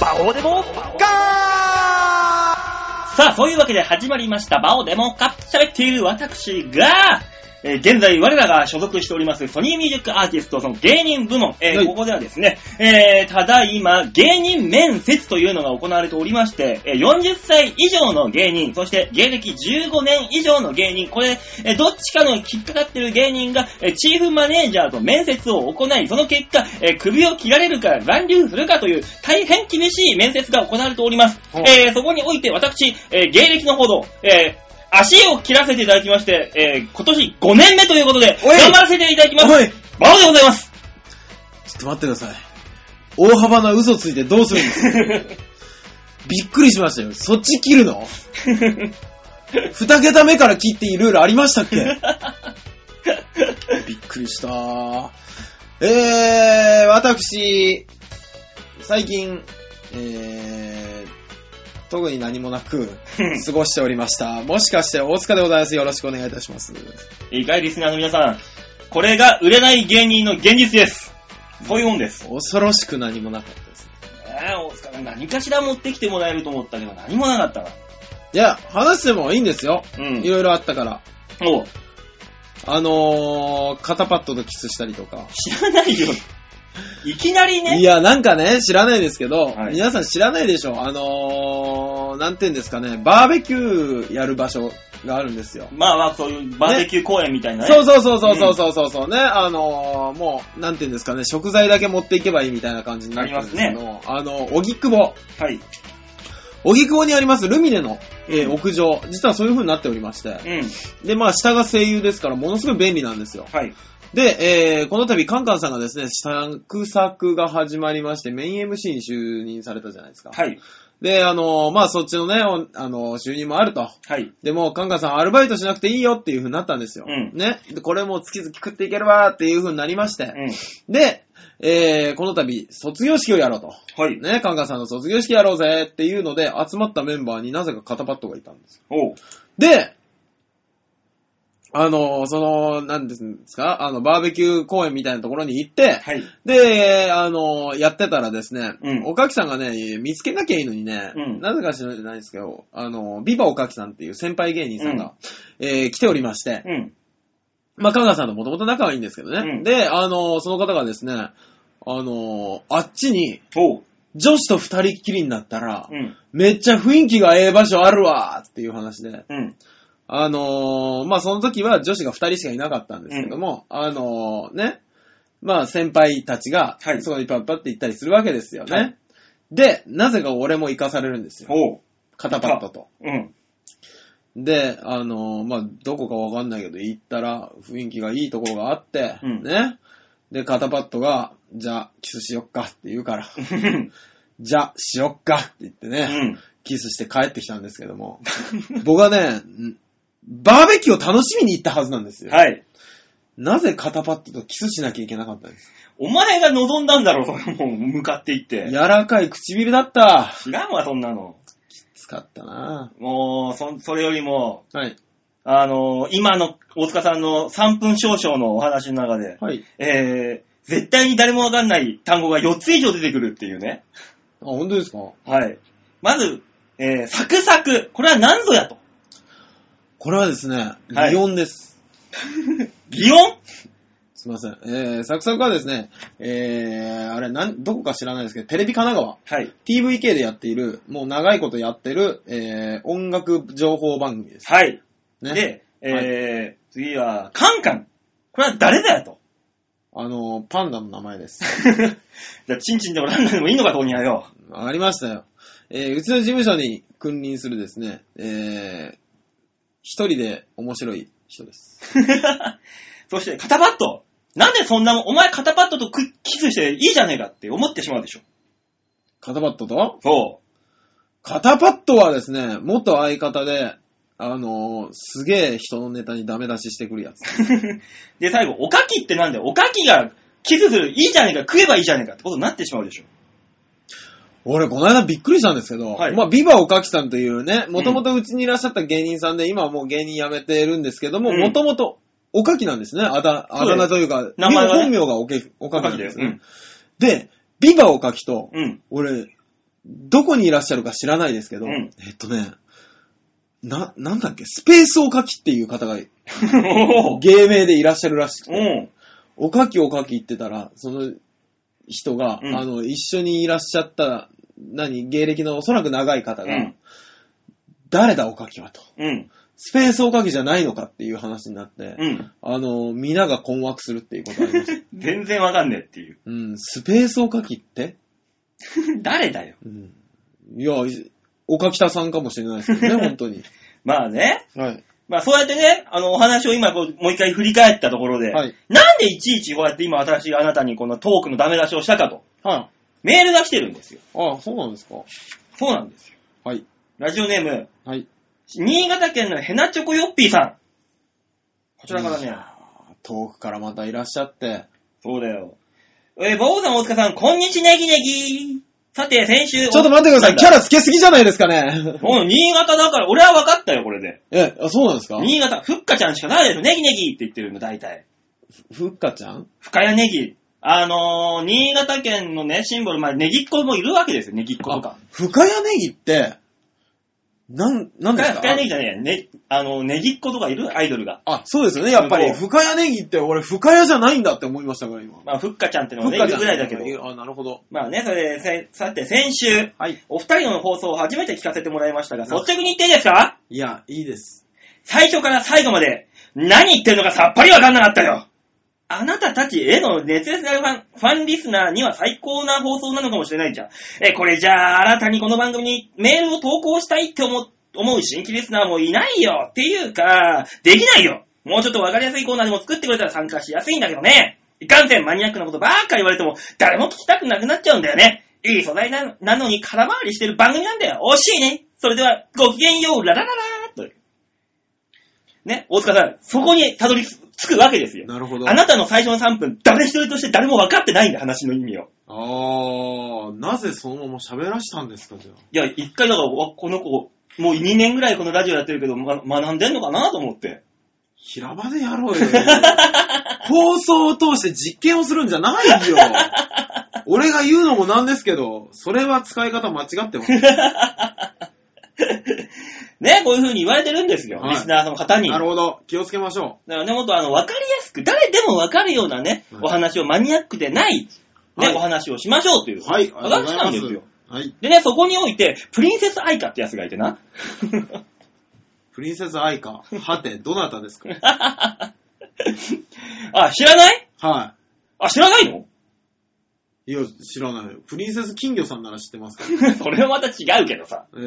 バオデモガーさあ、そういうわけで始まりました、バオデモカ喋っている私が、えー現在我らが所属しておりますソニーミュージックアーティストその芸人部門、えーはいここではですね、えーただいま芸人面接というのが行われておりまして、えー40歳以上の芸人、そして芸歴15年以上の芸人、これ、えーどっちかの引っかかってる芸人が、えーチーフマネージャーと面接を行い、その結果、えー首を切られるか残留するかという大変厳しい面接が行われております。はいえーそこにおいて私、えー芸歴のほど、えー足を切らせていただきまして、えー今年5年目ということで、おい頑張らせていただきます。おいバオでござ います。ちょっと待ってください。大幅な嘘ついてどうするん ですかびっくりしましたよ。そっち切るの二桁目から切っていいルールありましたっけびっくりした。えー、私、最近、えー、特に何もなく過ごしておりました。もしかして大塚でございます。よろしくお願いいたします。いいかい、リスナーの皆さん。これが売れない芸人の現実です。そういうもんです。恐ろしく何もなかったです。えー、大塚君何かしら持ってきてもらえると思ったけど、何もなかったわ。いや、話してもいいんですよ。うんいろいろあったから。もう、あのー、肩パッドのキスしたりとか。知らないよ。 いきなりいね。や、なんかね、知らないですけど、はい皆さん知らないでしょ。あのー、なんていうんですかね、バーベキューやる場所があるんですよ。まあまあ、そういうバーベキュー公演みたいなね。そうそうそうそうそうそうそうそうね、あのー、もう、なんていうんですかね、食材だけ持っていけばいいみたいな感じになってるんですけありど、まあの、荻窪。はい。荻窪にありますルミネの、えーうん屋上。実はそういう風になっておりまして。うん。で、まあ、下が声優ですから、ものすごい便利なんですよ。はい。で、えー、この度、カンカンさんがですね、作作が始まりまして、メイン MC に就任されたじゃないですか。はい。で、あのーまあ、そっちのね、おあのー就任もあると。はい。でも、カンカンさん、アルバイトしなくていいよっていう風になったんですよ。うんね。で、これも月々食っていけるわーっていう風になりまして。うん。で、えー、この度、卒業式をやろうと。はい。ね、カンカンさんの卒業式やろうぜっていうので、集まったメンバーになぜか肩パッドがいたんですよ。おう。で、あのーその、なんですか、あの、バーベキュー公園みたいなところに行って、はい。で、あの、やってたらですね、うんおかきさんがね、見つけなきゃいいのにね、うんなぜか知らないですけど、あの、ビバおかきさんっていう先輩芸人さんが、えー来ておりまして、うん。まあ、香川さんともともと仲はいいんですけどね、うんで、あの、その方がですね、あの、あっちに、おう。女子と二人っきりになったら、うん。めっちゃ雰囲気がええ場所あるわーっていう話で、うん。あのーまあ、その時は女子が二人しかいなかったんですけども、あのーね、まあ、先輩たちが、はいそこにパッパって行ったりするわけですよね。はいで、なぜか俺も行かされるんですよ。おう。肩パッドと。うん。で、あのーまあ、どこかわかんないけど、行ったら雰囲気がいいところがあって、うんね。で、肩パッドが、じゃあ、キスしよっかって言うから、じゃあ、しよっかって言ってうね、ん。キスして帰ってきたんですけども、僕はね、んバーベキューを楽しみに行ったはずなんですよ。はい。なぜ肩パッドとキスしなきゃいけなかったんですお前が望んだんだろ、もう向かっていって。 柔らかい唇だった。知らんわ、そんなの。使ったなもう、そ、それよりも、ぁ。はい。あの、今の大塚さんの3分少々のお話の中で、はい。えー、絶対に誰もわかんない単語が4つ以上出てくるっていうね。あ、本当ですかはい。まず、えー、サクサク。これは何ぞやと。これはですね、はい擬音です。擬音すいません。えー、サクサクはですね、えー、あれ、なん、どこか知らないですけど、テレビ神奈川。はい。 TVK でやっている、もう長いことやってる、えー、音楽情報番組です。はい。ね。で、えー次は、カンカン。これは誰だよと。 あのー、パンダの名前です。じゃあ、チンチンでもランナでもいいのか、とにはよ。ありましたよ。えーうちの事務所に君臨するですね、えー、一人で面白い人です。そして、肩パッド。なんでそんな、お前肩パッドとくキスしていいじゃねえかって思ってしまうでしょ。肩パッドとそ肩パッドはですね、元相方で、あのーすげえ人のネタにダメ出ししてくるやつ。う。 で、最後、おかきってなんだよ。おかきがキスする、いいじゃねえか、食えばいいじゃねえかってことになってしまうでしょ。俺、この間びっくりしたんですけど、はいまあ、ビバおかきさんというね、もともとうちにいらっしゃった芸人さんで、今はもう芸人辞めてるんですけども、うんもともとおかきなんですね。あだ、あだ名というか、名前がね本名がおけおかきなんだでよすね。で、ビバおかきと、うん。 俺、どこにいらっしゃるか知らないですけど、うんえっとね、な、なんだっけ、スペースおかきっていう方がおー芸名でいらっしゃるらしくて、うん。おかきおかき言ってたら、その人が、うんあの、一緒にいらっしゃった、何、芸歴のおそらく長い方が、うん誰だおかきはと。うん。スペースおかきじゃないのかっていう話になって、うん。あの、皆が困惑するっていうことがありま した。全然わかんねえっていう。 うん、スペースおかきって誰だよ。うん。いや、いおかきたさんかもしれないですけどね、本当 に。まあね。はい。まあそうやってね、あのお話を今こうもう一回振り返ったところで、はい。なんでいちいちこうやって今私あなたにこのトークのダメ出しをしたかと、はい。メールが来てるんですよ。ああ、そうなんですか。そうなんですよ。はい。ラジオネーム、はい。新潟県のヘナチョコヨッピーさん。こちらからいね。やー。遠くからまたいらっしゃって。そうだよ。えー、バオさん、大塚さん、こんにちネギネギさて、先週。ちょっと待ってください。キャララつけすぎじゃないですかね。 もう新潟だから、俺は分かったよ、これで。え、あそうなんですか新潟、ふっかちゃんしかないでしょ、ネギネギって言ってるの、大体。ふっかちゃん深谷ネギ。あのー、新潟県のね、シンボル、まあ、ネギっ子もいるわけですよ、ネギっ子とか。深谷ネギって、なん、なん深です谷か深谷ネギじゃねえや、ね、あの、ネギっ子とかいるアイドルが。あ、そうですよね。やっぱり、そ深谷ネギって俺、深谷じゃないんだって思いましたから、今。まあ、ふっかちゃんってのふもっね、いかちるゃんぐらいだけど。あ、なるほど。まあね、それで、せさて、先週、はい。お二人の放送を初めて聞かせてもらいましたが、率直に言っていいですかいや、いいです。最初から最後まで、何言ってるのかさっぱりわかんなかったよあなたたちへの熱烈なファン、ファンリスナーには最高な放送なのかもしれないじゃん。え、これじゃあ、新たにこの番組にメールを投稿したいって思う、思う新規リスナーもいないよっていうか、できないよもうちょっとわかりやすいコーナーでも作ってくれたら参加しやすいんだけどね。いかんせんマニアックなことばっかり言われても、誰も聞きたくなくなっちゃうんだよね。いい素材ななのに空回りしてる番組なんだよ。惜しいね。それでは、ごきげんよう、ララララーっと。ね、大塚さん、そこにたどり着くわけですよ。なるほど。あなたの最初の3分、誰一人として誰も分かってないんだ、話の意味を。あー、なぜそのまま喋らしたんですか、じゃあ。いや、一回だから、わこの子、もう2年ぐらいこのラジオやってるけど、ま、学んでんのかなと思って。平場でやろう よ。放送を通して実験をするんじゃないよ。俺が言うのもなんですけど、それは使い方間違ってます。ね、こういう風に言われてるんですよ、はいリスナーの方に。なだるほど。気をつけましょからね、もっとあの、分かりやすく、誰でも分かるようなね、はいお話をマニアックでない、ね、はい。お話をしましょうというう。はい、ありがとうござ話いなまんですすよ。。はい。でね、そこにおいて、プリンセスアイカってやつがいてな。 プリンセスアイカ。はて、どなたですかあ、知らないはあ、知らないの い。いや、知らない。プリンセス金魚さんなら知ってますけど。それはまた違うけどさ。え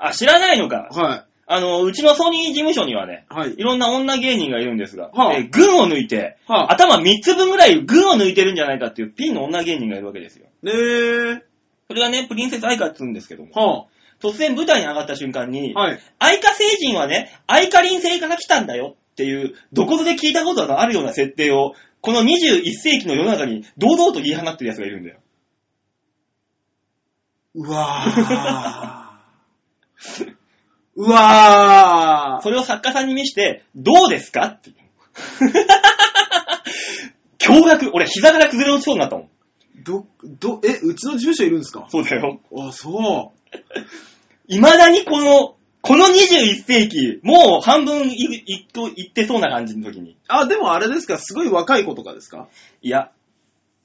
あ、知らないのかえ。はあの、うちのソニー事務所にはね、い。はいい。ろんな女芸人がいるんですが、はあえー群を抜いて、はあ、頭3つ分ぐらい群を抜いてるんじゃないかっていうピンの女芸人がいるわけですよ。えー、それがね、プリンセスアイカって言うんですけども、は突然舞台に上がった瞬間に、あ、はい。アイカ星人はね、アイカリン星から来たんだよっていう、どこぞで聞いたことのあるような設定を、この21世紀の世の中に堂々と言い放ってる奴がいるんだよ。うわー。うわー。それを作家さんに見して、どう ですかって。驚愕。俺、膝から崩れ落ちそうになったもん。ど、ど、え、うちの事務所いるんですかそうだよ。あ、そう。未だにこの、この21世紀、もう半分いいっといってそうな感じの時に。あ、でもあれですか、すごい若い子とかですかいや、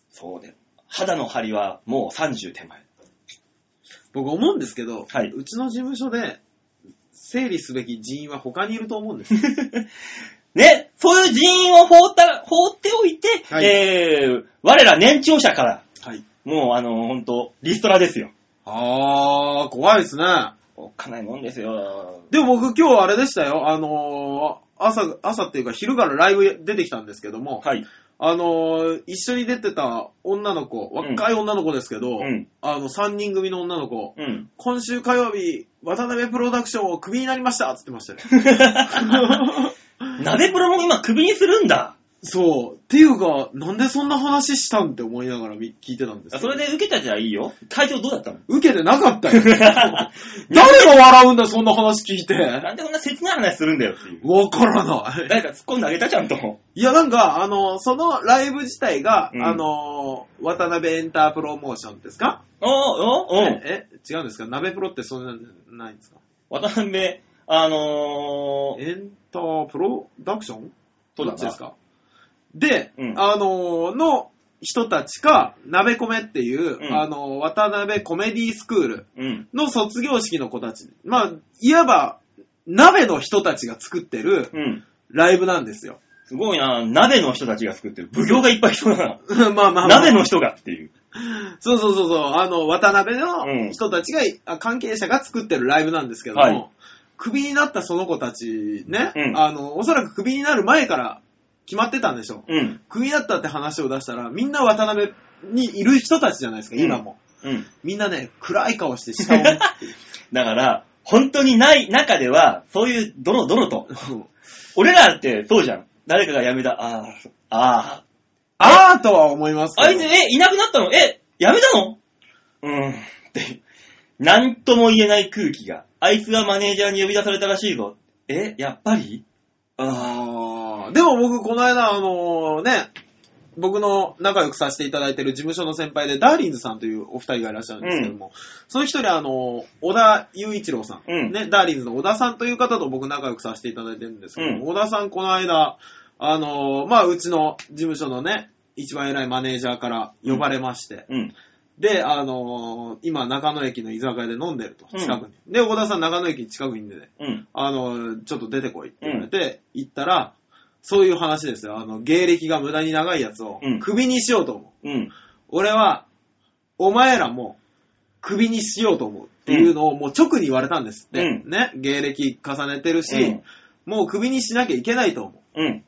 そうだよ。肌の張りはもう30手前。僕思うんですけど、はいうちの事務所で整理すべき人員は他にいると思うんです。ね、そういう人員を放ったら、放っておいて、はいえー、我ら年長者から、はい。もうあの、ほんと、リストラですよ。あー、怖いですね。おっかないもんですよ。でも僕今日あれでしたよ、あのー朝、朝っていうか昼からライブ出てきたんですけども、はい。あのー一緒に出てた女の子、若い女の子ですけど、うん。あの、3人組の女の子、うん。今週火曜日、渡辺プロダクションをク ビになりましたっつってましたよ。鍋プロも今、クビにするんだ。そう。っていうか、なんでそんな話したんって思いながらみ聞いてたんですあよそれで受けたじゃいいよ。会場どうだったの受けてなかった よ。誰が笑うんだよ、そんな話聞いて。なんでこんな切ない話するんだよっていう。わからない。誰か突っ込んであげたちゃんと。いや、なんか、あの、そのライブ自体が、うんあの、渡辺エンタープロモーションですかおおおうえ、え違うんですか鍋プロってそんなのないんですか渡辺、あのー、エンタープロダクションそうだどなっちですかで、うんあの、の人たちか、鍋コメっていう、うんあの、渡辺コメディスクールうん。の卒業式の子たち。まあ、いわば、鍋の人たちが作ってるうん。ライブなんですよ。 すごいな鍋の人たちが作ってる。奉行がいっぱい人だ まあまあまな。あ鍋の人がっていう。そうそうそうそう、あの、渡辺うんの人たちが、あ関係者が作ってるライブなんですけども、はいクビになったその子たちね、うんあの、おそらくクビになる前から決まってたんでしょう。うん。クビになったって話を出したら、みんな渡辺にいる人たちじゃないですか、今も。うん。みんなね、暗い顔して下を見 てだから、本当にない中では、そういう、ドロドロと。うん俺らってそうじゃん。誰かが辞めた。ああ、ああーとは思いますあ。あけいどつ、え、いなくなったのえ、辞めたのうん。って、なんとも言えない空気が。あいつがマネージャーに呼び出されたらしいぞ。え、やっぱりああーでも僕、この間、あのね、僕の仲良くさせていただいてる事務所の先輩で、ダーリンズさんというお二人がいらっしゃるんですけども、その一人、あの小田雄一郎さん、うんね、ダーリンズの小田さんという方と僕仲良くさせていただいてるんですけども、う小田さん、この間、あのまあ、うちの事務所のね、一番偉いマネージャーから呼ばれまして、あ。うん。で、あの今、中野駅の居酒屋で飲んでると、うん近くに。で、小田さん、中野駅近くにいるんでね、うん。あの、ちょっと出てこいって言われて、行ったら、そういう話ですよ。あの、芸歴が無駄に長いやつをうん、クビにしようと思う。うん。俺は、お前らも、クビにしようと思うっていうのをもう直に言われたんですって。うんね。芸歴重ねてるし、うんもうクビにしなきゃいけないと思うん。う。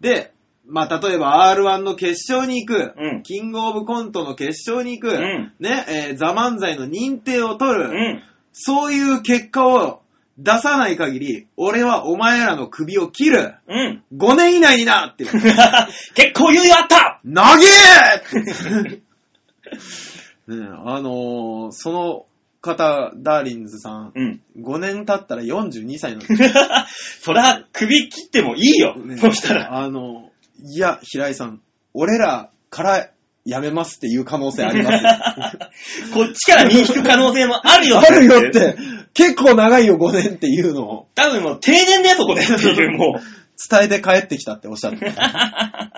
で、まあ、例えば R1 の決勝に行く、うんキングオブコントの決勝に行く、うんね、えーザ・漫才の認定を取る、うん。そういう結果を出さない限り、俺はお前らの首を切るうん。 !5 年以内になって言われて結構余裕あったなげえ ってねえあのーその方、ダーリンズさん、うん。 5年経ったら42歳なんですそら、首切ってもいいよ。よね そうしたら。あのーいや、平井さん、俺らからやめますっていう可能性あります よ。こっちから身引く可能性もあるよあるよっ。て、結構長いよ、5年っていうのを多分もう定年だよ、そ こで。っていう、もう。 伝えて帰ってきたっておっしゃってた。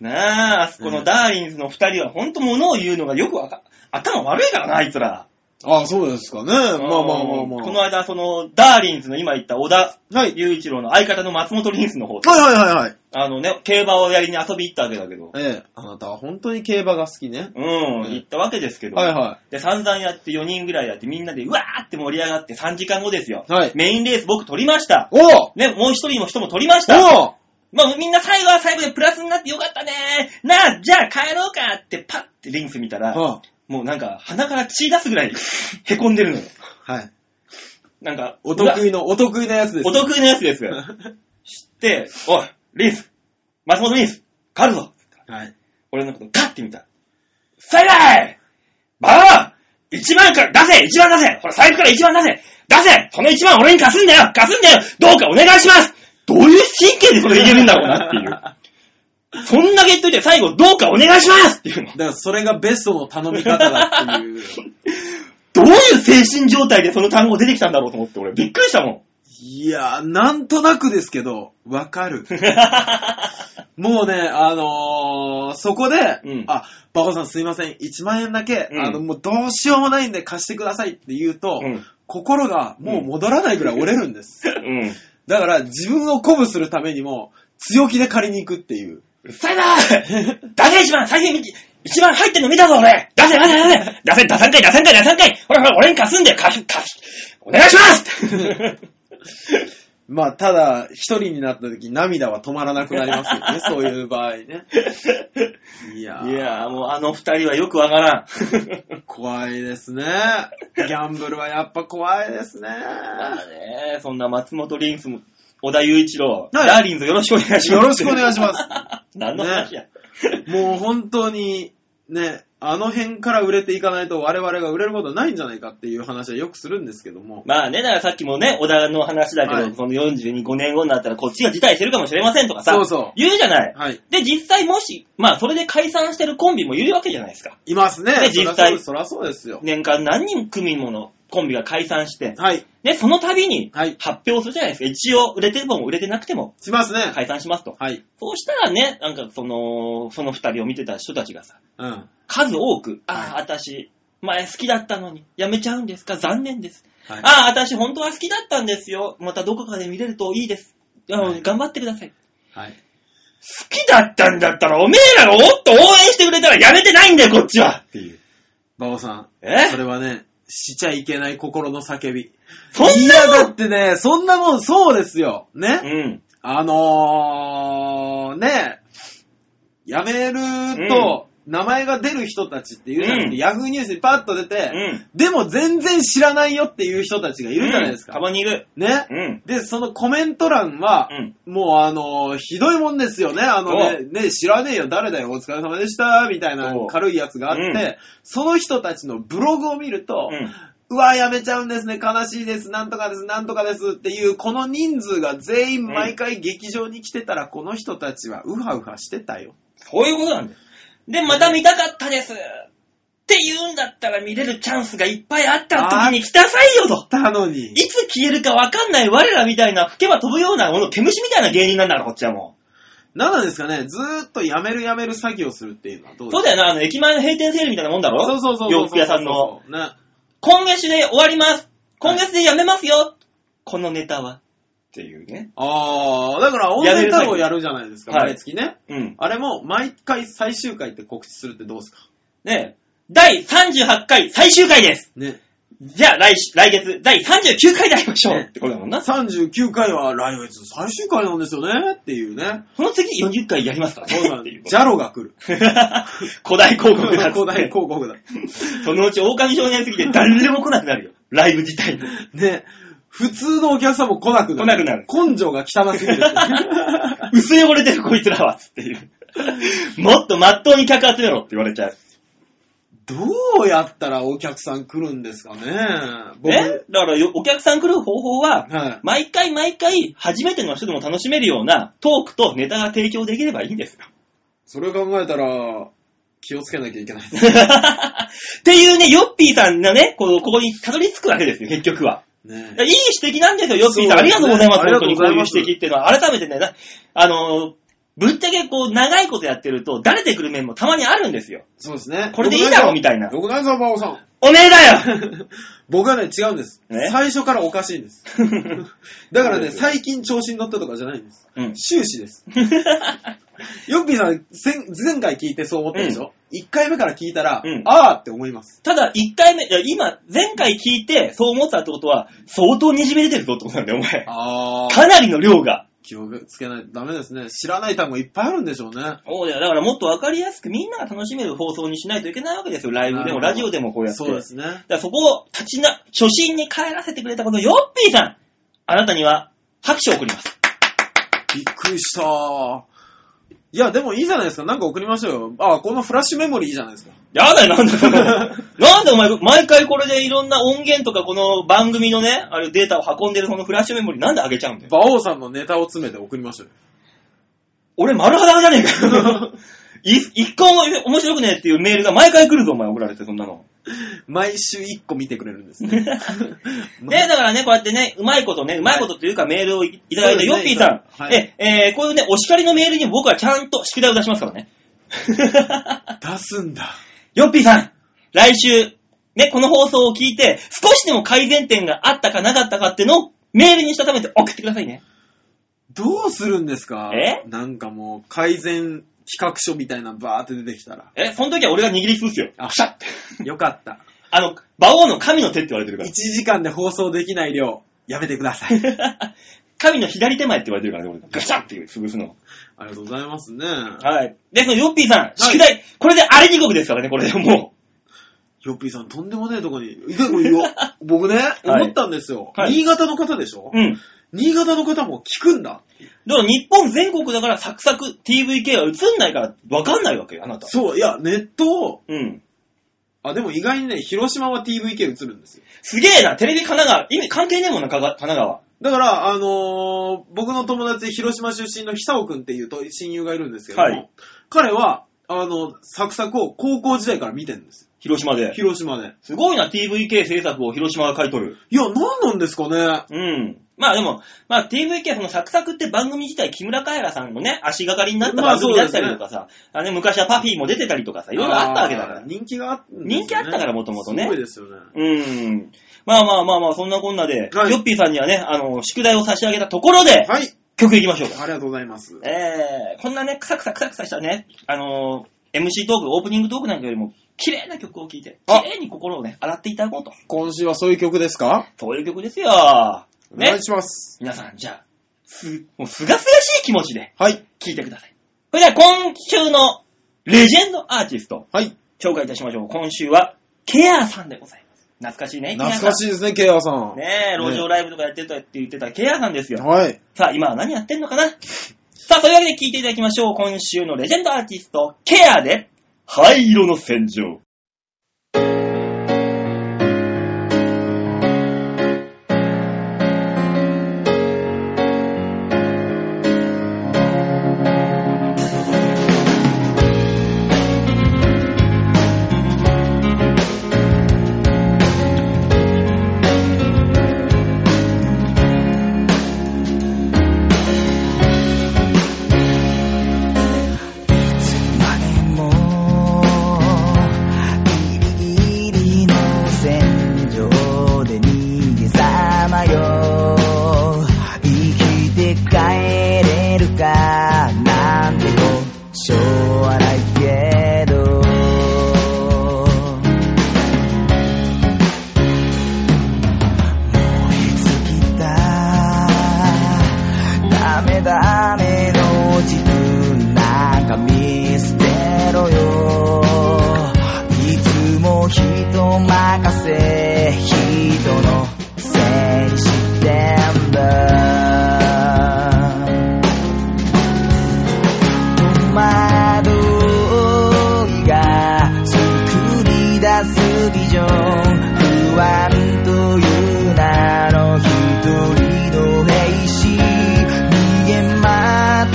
なあ、あそこのダーリンズの二人は本当物を言うのがよくわか、頭悪いからな、あいつら。ああ、そうですかね。まあまあまあまあ。この間、その、ダーリンズの今言った小田はい。雄一郎の相方の松本リンスの方、はいはいはいはい。あのね、競馬をやりに遊び行ったわけだけど、ええ、あなたは本当に競馬が好きね。うん、うん行ったわけですけど、はいはで、散々やって4人ぐらいやってみんなでうわーって盛り上がって3時間後ですよ。はいメインレース僕取りました。い。おおね、もう一人も人も取りました。おまあみんな最後は最後でプラスになってよかったねー。なあ、じゃあ帰ろうかってパッてリンス見たら、おもうなんか鼻から血出すぐらいへこんでるのよ。はい。なんか、おうわ得意の、お得意なやつです。お得意なやつです。知って、おい、リンス、松本リンス、帰るぞ はい。俺のことガッて見た。さイだいバー一番から出せ一番出せほら、財布から一番出せ出せその一番俺に貸すんだよ貸すんだよどうかお願いしますどういう神経でそれ言えるんだろうなっていう。そんだけ言っといて最後、どうかお願いしますっていうのだ。からそれがベストの頼み方だっていう。 どういう精神状態でその単語出てきたんだろうと思って、俺、びっくりしたもん。いやー、なんとなくですけど、わかる。もうね、あのー、そこで、うんあ、バカさんすいません、1万円だけ、うんあの、もうどうしようもないんで貸してくださいって言うと、うん心がもう戻らないぐらい折れるんです。うん。だから自分を鼓舞するためにも、強気で借りに行くっていう。うっさいなー出せ一番最近一番入ってんの見たぞ俺出せ出せ出せ出せ出さんかい出さんかい出さんかいほらほら俺に貸すんだよ貸す貸すお願いしますまあ、ただ、一人になった時涙は止まらなくなりますよ ね、そういう場合ね。いや いー、やーもうあの二人はよくわからん。怖いですね。ギャンブルはやっぱ怖いですね。まあねそんな松本リンスも小田雄一郎、はいダーリンズよろしくお願いします。よろしくお願いします。何の話や。もう本当に、ね、あの辺から売れていかないと我々が売れることないんじゃないかっていう話はよくするんですけども。まあね、だからさっきもね、小田の話だけど、はいその42、5年後になったらこっちが辞退してるかもしれませんとかさ、そうそう言うじゃない。はい。で、実際もし、まあそれで解散してるコンビもいるわけじゃないですか。いますね。ね実際そらそうそらそうですよ。年間何人組ものコンビが解散して、はい。で、その度にはい発表するじゃないですか。一応、売れても売れてなくてもしますね。解散しますと。はい。そうしたらね、なんかその、その二人を見てた人たちがさ、うん。数多く、ああ、は私、前好きだったのに、やめちゃうんですか残念です。はいああ、私本当は好きだったんですよ。またどこかで見れるといいです。あはい頑張ってください。はい。好きだったんだったら、おめえらがおっと応援してくれたらやめてないんだよ、こっちは。っていう。馬場さん、そえれはね、しちゃいけない心の叫び。そんいや、なだのってね、そんなもん、そうですよ。ね。うん。あのー、ね、やめると、名前が出る人たちっていうじゃないですか。うんヤフーニュースにパッと出て、うん。でも全然知らないよっていう人たちがいるじゃないですうんたか。まにいる。ねう。ん。で、そのコメント欄はう、ん。もうあのーひどいもんですよね。あのね、ね、知らねえよ、誰だよ、お疲れ様でした、みたいなそう軽いやつがあって、うんその人たちのブログを見ると、うん。うわ、やめちゃうんですね、悲しいです、なんとかです、なんとかですっていう、この人数が全員毎回劇場に来てたら、この人たちはウハウハしてたよ。そういうことなんだよ。で、また見たかったです。って言うんだったら見れるチャンスがいっぱいあった時に来たさいよと。たのにい。つ消えるかわかんない我らみたいな吹けば飛ぶような、この毛虫みたいな芸人なんだから、こっちはも何なんですかね、ずーっとやめるやめる作業するっていうのはどうう。ですそうかだよな、あの、駅前の閉店セールみたいなもんだろそうそうそうそう。洋服屋さんの。。ね。今月で終わります今月でやめますよ、このネタは。っていうね。あー、だから、温泉太郎やるじゃないですか、やめ毎る月ね。うん。あれも、毎回最終回って告知するってどうですかね第38回最終回ですね。じゃあ来し、来月、第39回で会いましょう、ねってことだもんな。 39回は来月最終回なんですよねっていうね。その次40回やりますからね。そうなんっていでうす。ジャロが来る。 古代広告だっつ古っ代て。広告だ。そのうち狼少年すぎて誰でも来なくなるよ。ライブ自体に。ね。普通のお客さんも来なくなる。来なく根性が汚すぎる。薄汚れてるこいつらは、つっていう。もっと真っ当に客集めろって言われちゃう。どうやったらお客さん来るんですかね僕、ねだからよお客さん来る方法は、はい。毎回毎回初めての人でも楽しめるようなトークとネタが提供できればいいんですよ。それを考えたら、気をつけなきゃいけない。 っていうね、ヨッピーさんがね、こうここにたどり着くわけですよ、結局は。ねいい指摘なんですよ、ヨッピーさん。そうですねありがとうございます、ありが本当とうにごこうざいいうます指摘っていうのは。改めてね、なあのー、ぶっちゃけこう、長いことやってると、慣れてくる面もたまにあるんですよ。そうですね。これでいいだろ、みたいな。よくないぞ、馬王さ ん。おめえだよ僕はね、違うんです。ね最初からおかしいんです。だからね、そうですよ最近調子に乗ったとかじゃないんです。 うん終始 です。ヨッピーさん、前前回聞いてそう思ったでしょ、一 ?1 回目から聞いたら、うんあーって思います。ただ、1回目、いや、今、前回聞いて、そう思ってたってことは、相当にじみ出てるぞってことなんだよ、お前。あー。かなりの量が。気をつけないとダメですね。知らない単語いっぱいあるんでしょうね。そうだよ。だからもっとわかりやすくみんなが楽しめる放送にしないといけないわけですよ。ライブでもなるほどラジオでもこうやって。そうですね。だからそこを立ちな、初心に帰らせてくれたこのヨッピーさんあなたには拍手を送ります。びっくりしたー。いや、でもいいじゃないですか。なんか送りましょうよ。あー、このフラッシュメモリーいいじゃないですか。やだよ、な んだなんでお前、毎回これでいろんな音源とかこの番組のね、あれデータを運んでるこのフラッシュメモリーなんであげちゃうんだよ。馬王さんのネタを詰めて送りましょうよ。俺丸裸じゃねえ かよ。い一個も面白くねえっていうメールが毎回来るぞ、お前送られて、そんなの。毎週1個見てくれるんです ね。で、だからね、こうやってね、うまいことね、うまいことというかメールをいいただいそうたですヨねッピーさん。はいえ、えーこういうね、お叱りのメールにも僕はちゃんと宿題を出しますか らね。出すんだ。ヨッピーさん、来週、ね、この放送を聞いて、少しでも改善点があったかなかったかってのをメールにしたためて送ってくださいね。どうするんですかえなんかもう改善企画書みたいなのバーって出てきた ら。え、その時は俺が握りつぶすよ。あくしゃって。よかった。 あの、馬王の神の手って言われてる1か時間で放送できない量、やめてくだ さい。ら。神の左手前って言われてるからね、俺が。ガシャっていう、潰すの。ありがとうございますね。はい。で、そのヨッピーさん、宿題、これであれ地獄ですからね、これでもう。ヨッピーさん、 とんでもねえとこに。でもよ僕ね、はい思ったんですよ。はい新潟の方でしょ、うん。新潟の方も聞くんだ。だから日本全国だからサクサク TVK は映んないからわかんないわけよ、あなた。そう、いや、ネットを、うん。あ、でも意外にね、広島は TVK 映るんですよ。すげえな、テレビ神奈川。意味関係ねえもんな、かが神奈川。だから、あのー僕の友達、広島出身の久尾くんっていうと親友がいるんですけども、はい彼は、あの、サクサクを高校時代から見てるんです広島よ。で。広島で。すごいな、TVK 制作を広島が買い取る。いや、何なんですかね。うん。まあでも、まあ TVK そのサクサクって番組自体木村カエラさんのね、足がかりになったまあ番組だったりとかさ、あね昔はパフィーも出てたりとかさ、いろいろあったわけだかあらー。人気があったんですよね、人気あったからもともとねすごいですよね。うん。まあまあまあまあ、そんなこんなで、はいヨッピーさんにはね、あの、宿題を差し上げたところで、はい。曲いきましょうか。ありがとうございます。えー、こんなね、クサクサクサクサしたね、あのー MC トーク、オープニングトークなんかよりも、綺麗な曲を聴いて、あ綺麗に心をね、洗っていただこうと。今週はそういう曲ですかそういう曲ですよ。お願ねい。します。皆さん、じゃあ、す、もうすがすがしい気持ちではい。聴いてください。それでは今週のレジェンドアーティスト、はい。紹介いたしましょう。今週は、ケアさんでございます。懐かしいね、ケア懐さんかしいですね、ケアさん。ねえ、路上ライブとかやってたって言ってたケアさんですよ。はい。さあ、今は何やってんのかなさあ、というわけで聞いていただきましょう。今週のレジェンドアーティスト、ケアで、灰色の戦場。何もギリギリの戦場で逃げさまよ生きて帰れるかなんて故障はないけど燃え尽きたダメダメの自分なんか見捨てろよいつも人任せ人のせいにしてんだ戸惑いが作り出すビジョン不安という名の一人の兵士逃げ惑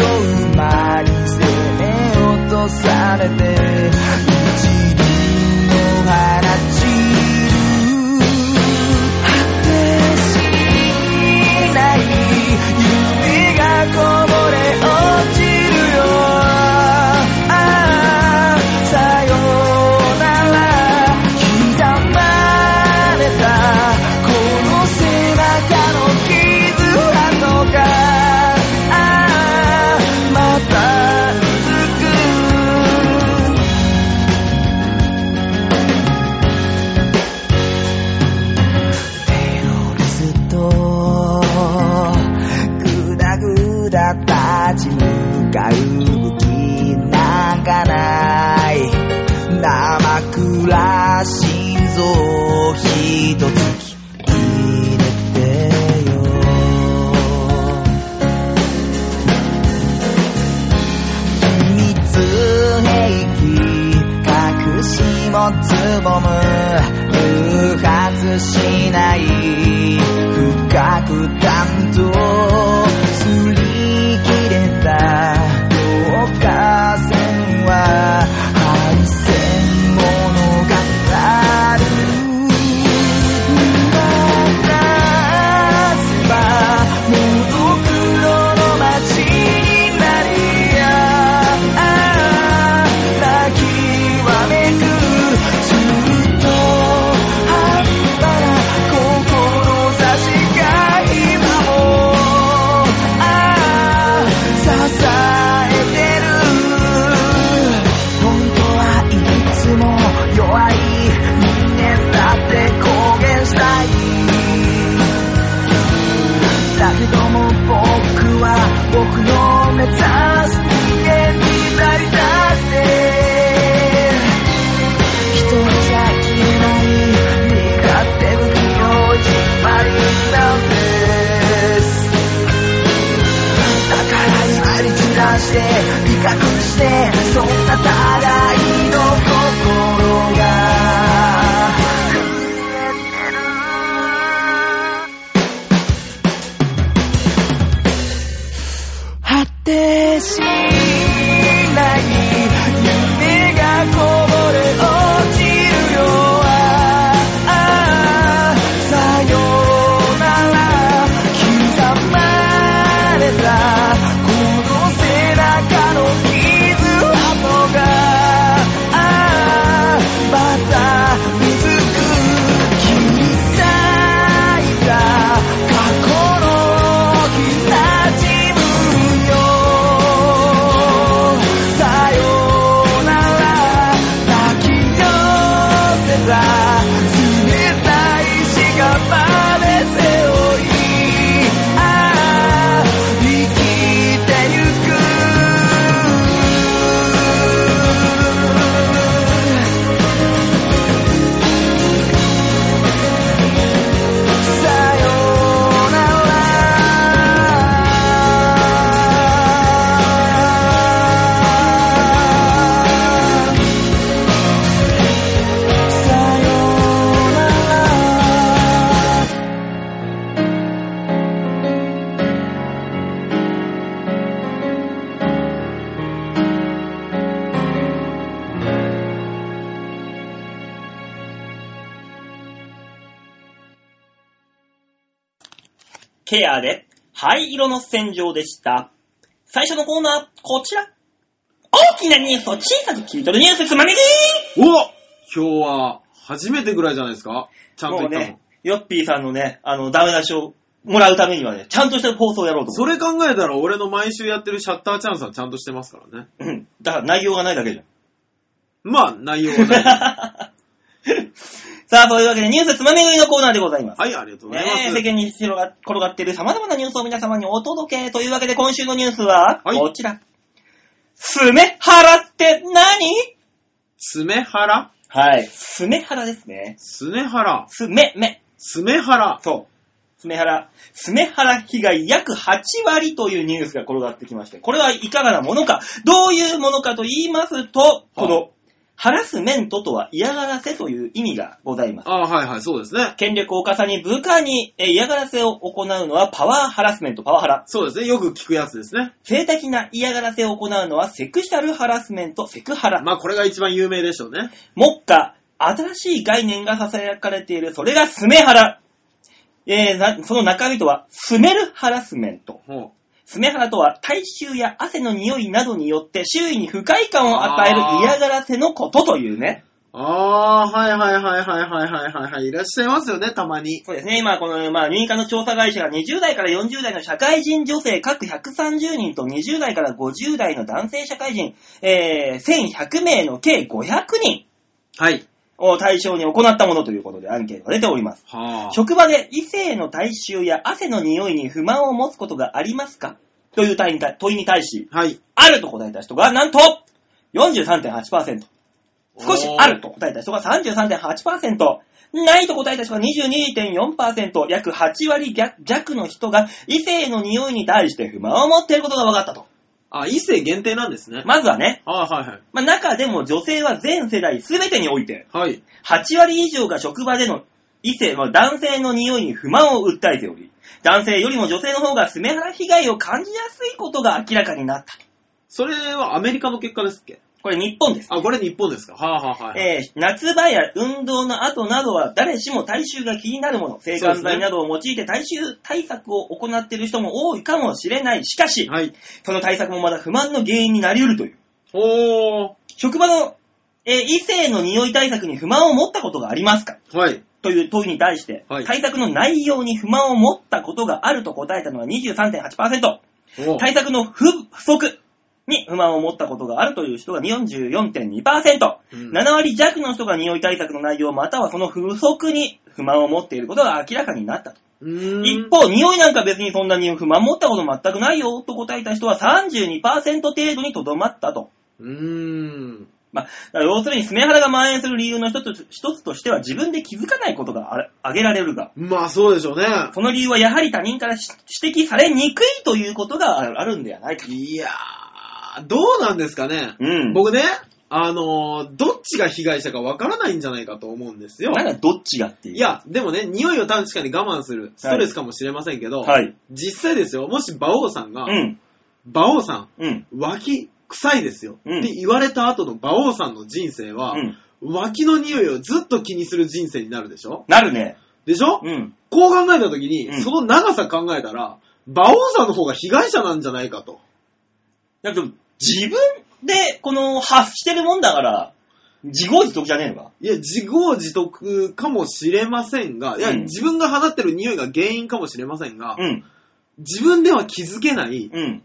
う間に攻め落とされて一輪を放ち果てしない指がこぼれ落ちるよああさよなら刻まれたこの背中の傷跡がああまた続くテロリストグダグダ立ち向かう武器なんかない生くら心臓を一つ入れてよ秘密兵器隠しもつぼむ偶発しない深く担当すり切れた強化線は敗戦物語見渡せばもう黒の街になりやああ泣きわめくずっと半端な志が開ケアで、灰色の洗浄でした。最初のコーナー、こちら。大きなニュースを小さく切り取るニュースつまみ食いお今日は初めてぐらいじゃないですかちゃんとも言うったの。ね、ヨッピーさんのね、あの、ダメ出しをもらうためにはね、ちゃんとした放送をやろうとそ思う。れ考えたら俺の毎週やってるシャッターチャンスはちゃんとしてますからね。うん。だから内容がないだけ じゃん。まあ、内容は ない。さあ、というわけでニュースつまみ食いのコーナーでございます。はい、ありがとうごねざいまえ、す。世間に広が転がっている様々なニュースを皆様にお届けというわけで今週のニュースは、はいこちら。スメハラって何スメハラはい。スメハラですね。スネハラスメ、メ。スメハラそう。スメハラ。スメハラ被害約8割というニュースが転がってきまして、これはいかがなものか、どういうものかと言いますと、この、ハラスメントとは嫌がらせという意味がございます。ああ、はいはい、そうですね。権力を重ね部下にえ嫌がらせを行うのはパワーハラスメント、パワハラ。そうですね。よく聞くやつですね。性的な嫌がらせを行うのはセクシャルハラスメント、セクハラ。まあ、これが一番有名でしょうね。目下、新しい概念が囁かれている、それがスメハラ。えーなその中身とは、スメルハラスメント。ほスメハラとは、体臭や汗の匂いなどによって周囲に不快感を与えるあー嫌がらせのことというね。うああ、はいはいはいはいはいはいはいはい。いらっしゃいますよね、たまに。そうですね、今この、まあ、入管の調査会社が20代から40代の社会人女性各130人と20代から50代の男性社会人、えー1100名の計500人。はい。を対象に行ったものということでアンケートが出ております。はあ。職場で異性の体臭や汗の匂いに不満を持つことがありますかという問いに対問いに対し、はい。あると答えた人がなんと43.8%。少しあると答えた人が33.8%。ないと答えた人が22.4%。約8割弱の人が異性の匂いに対して不満を持っていることが分かったと。あ、異性限定なんですね。まずはね、ああ、はいはい。まあ、中でも女性は全世代全てにおいて、はい。 8割以上が職場での異性、まあ男性の匂いに不満を訴えており、男性よりも女性の方がスメハラ被害を感じやすいことが明らかになった。それはアメリカの結果ですっけこれ日本です。あ、これ日本ですか。はあ、はあ、はい。えー夏場や運動の後などは誰しも体臭が気になるもの、制汗剤などを用いて体臭対策を行っている人も多いかもしれない。しかし、はい。その対策もまだ不満の原因になり得るという。ほ職場の、えー異性の匂い対策に不満を持ったことがありますかー。はい。という問いに対して、はい対策の内容に不満を持ったことがあると答えたのは23.8%、お対策の不不足に不満を持ったことがあるという人が44.2%、うん7割弱の人が匂い対策の内容またはその不足に不満を持っていることが明らかになったと。うーん一方、匂いなんか別にそんなに不満持ったこと全くないよと答えた人は32%程度にとどまったと。うーん。まあ、だから要するにスメハラが蔓延する理由の一つ一つとしては自分で気づかないことがあれ挙げられるが、まあ、そうでしょうね。その理由はやはり他人からし指摘されにくいということがあるあるんではないか。いやー、どうなんですかね。うん。僕ね、あのーどっちが被害者かわからないんじゃないかと思うんですよ。なんかどっちがっていう。い、や、でもね、匂いを確かに我慢するストレスかもしれませんけど、はい。実際ですよ、もし馬王さんが、うん。馬王さん、うん。脇臭いですよ、うんって言われた後の馬王さんの人生は、うん。脇の匂いをずっと気にする人生になるでしょなるね。でしょ、うん。こう考えた時に、うんその長さ考えたら、馬王さんの方が被害者なんじゃないかと。だって自分でこの発してるもんだから、自業自得じゃねえのか。いや、自業自得かもしれませんが、いや、うん自分が放ってる匂いが原因かもしれませんが、うん。自分では気づけない、うん。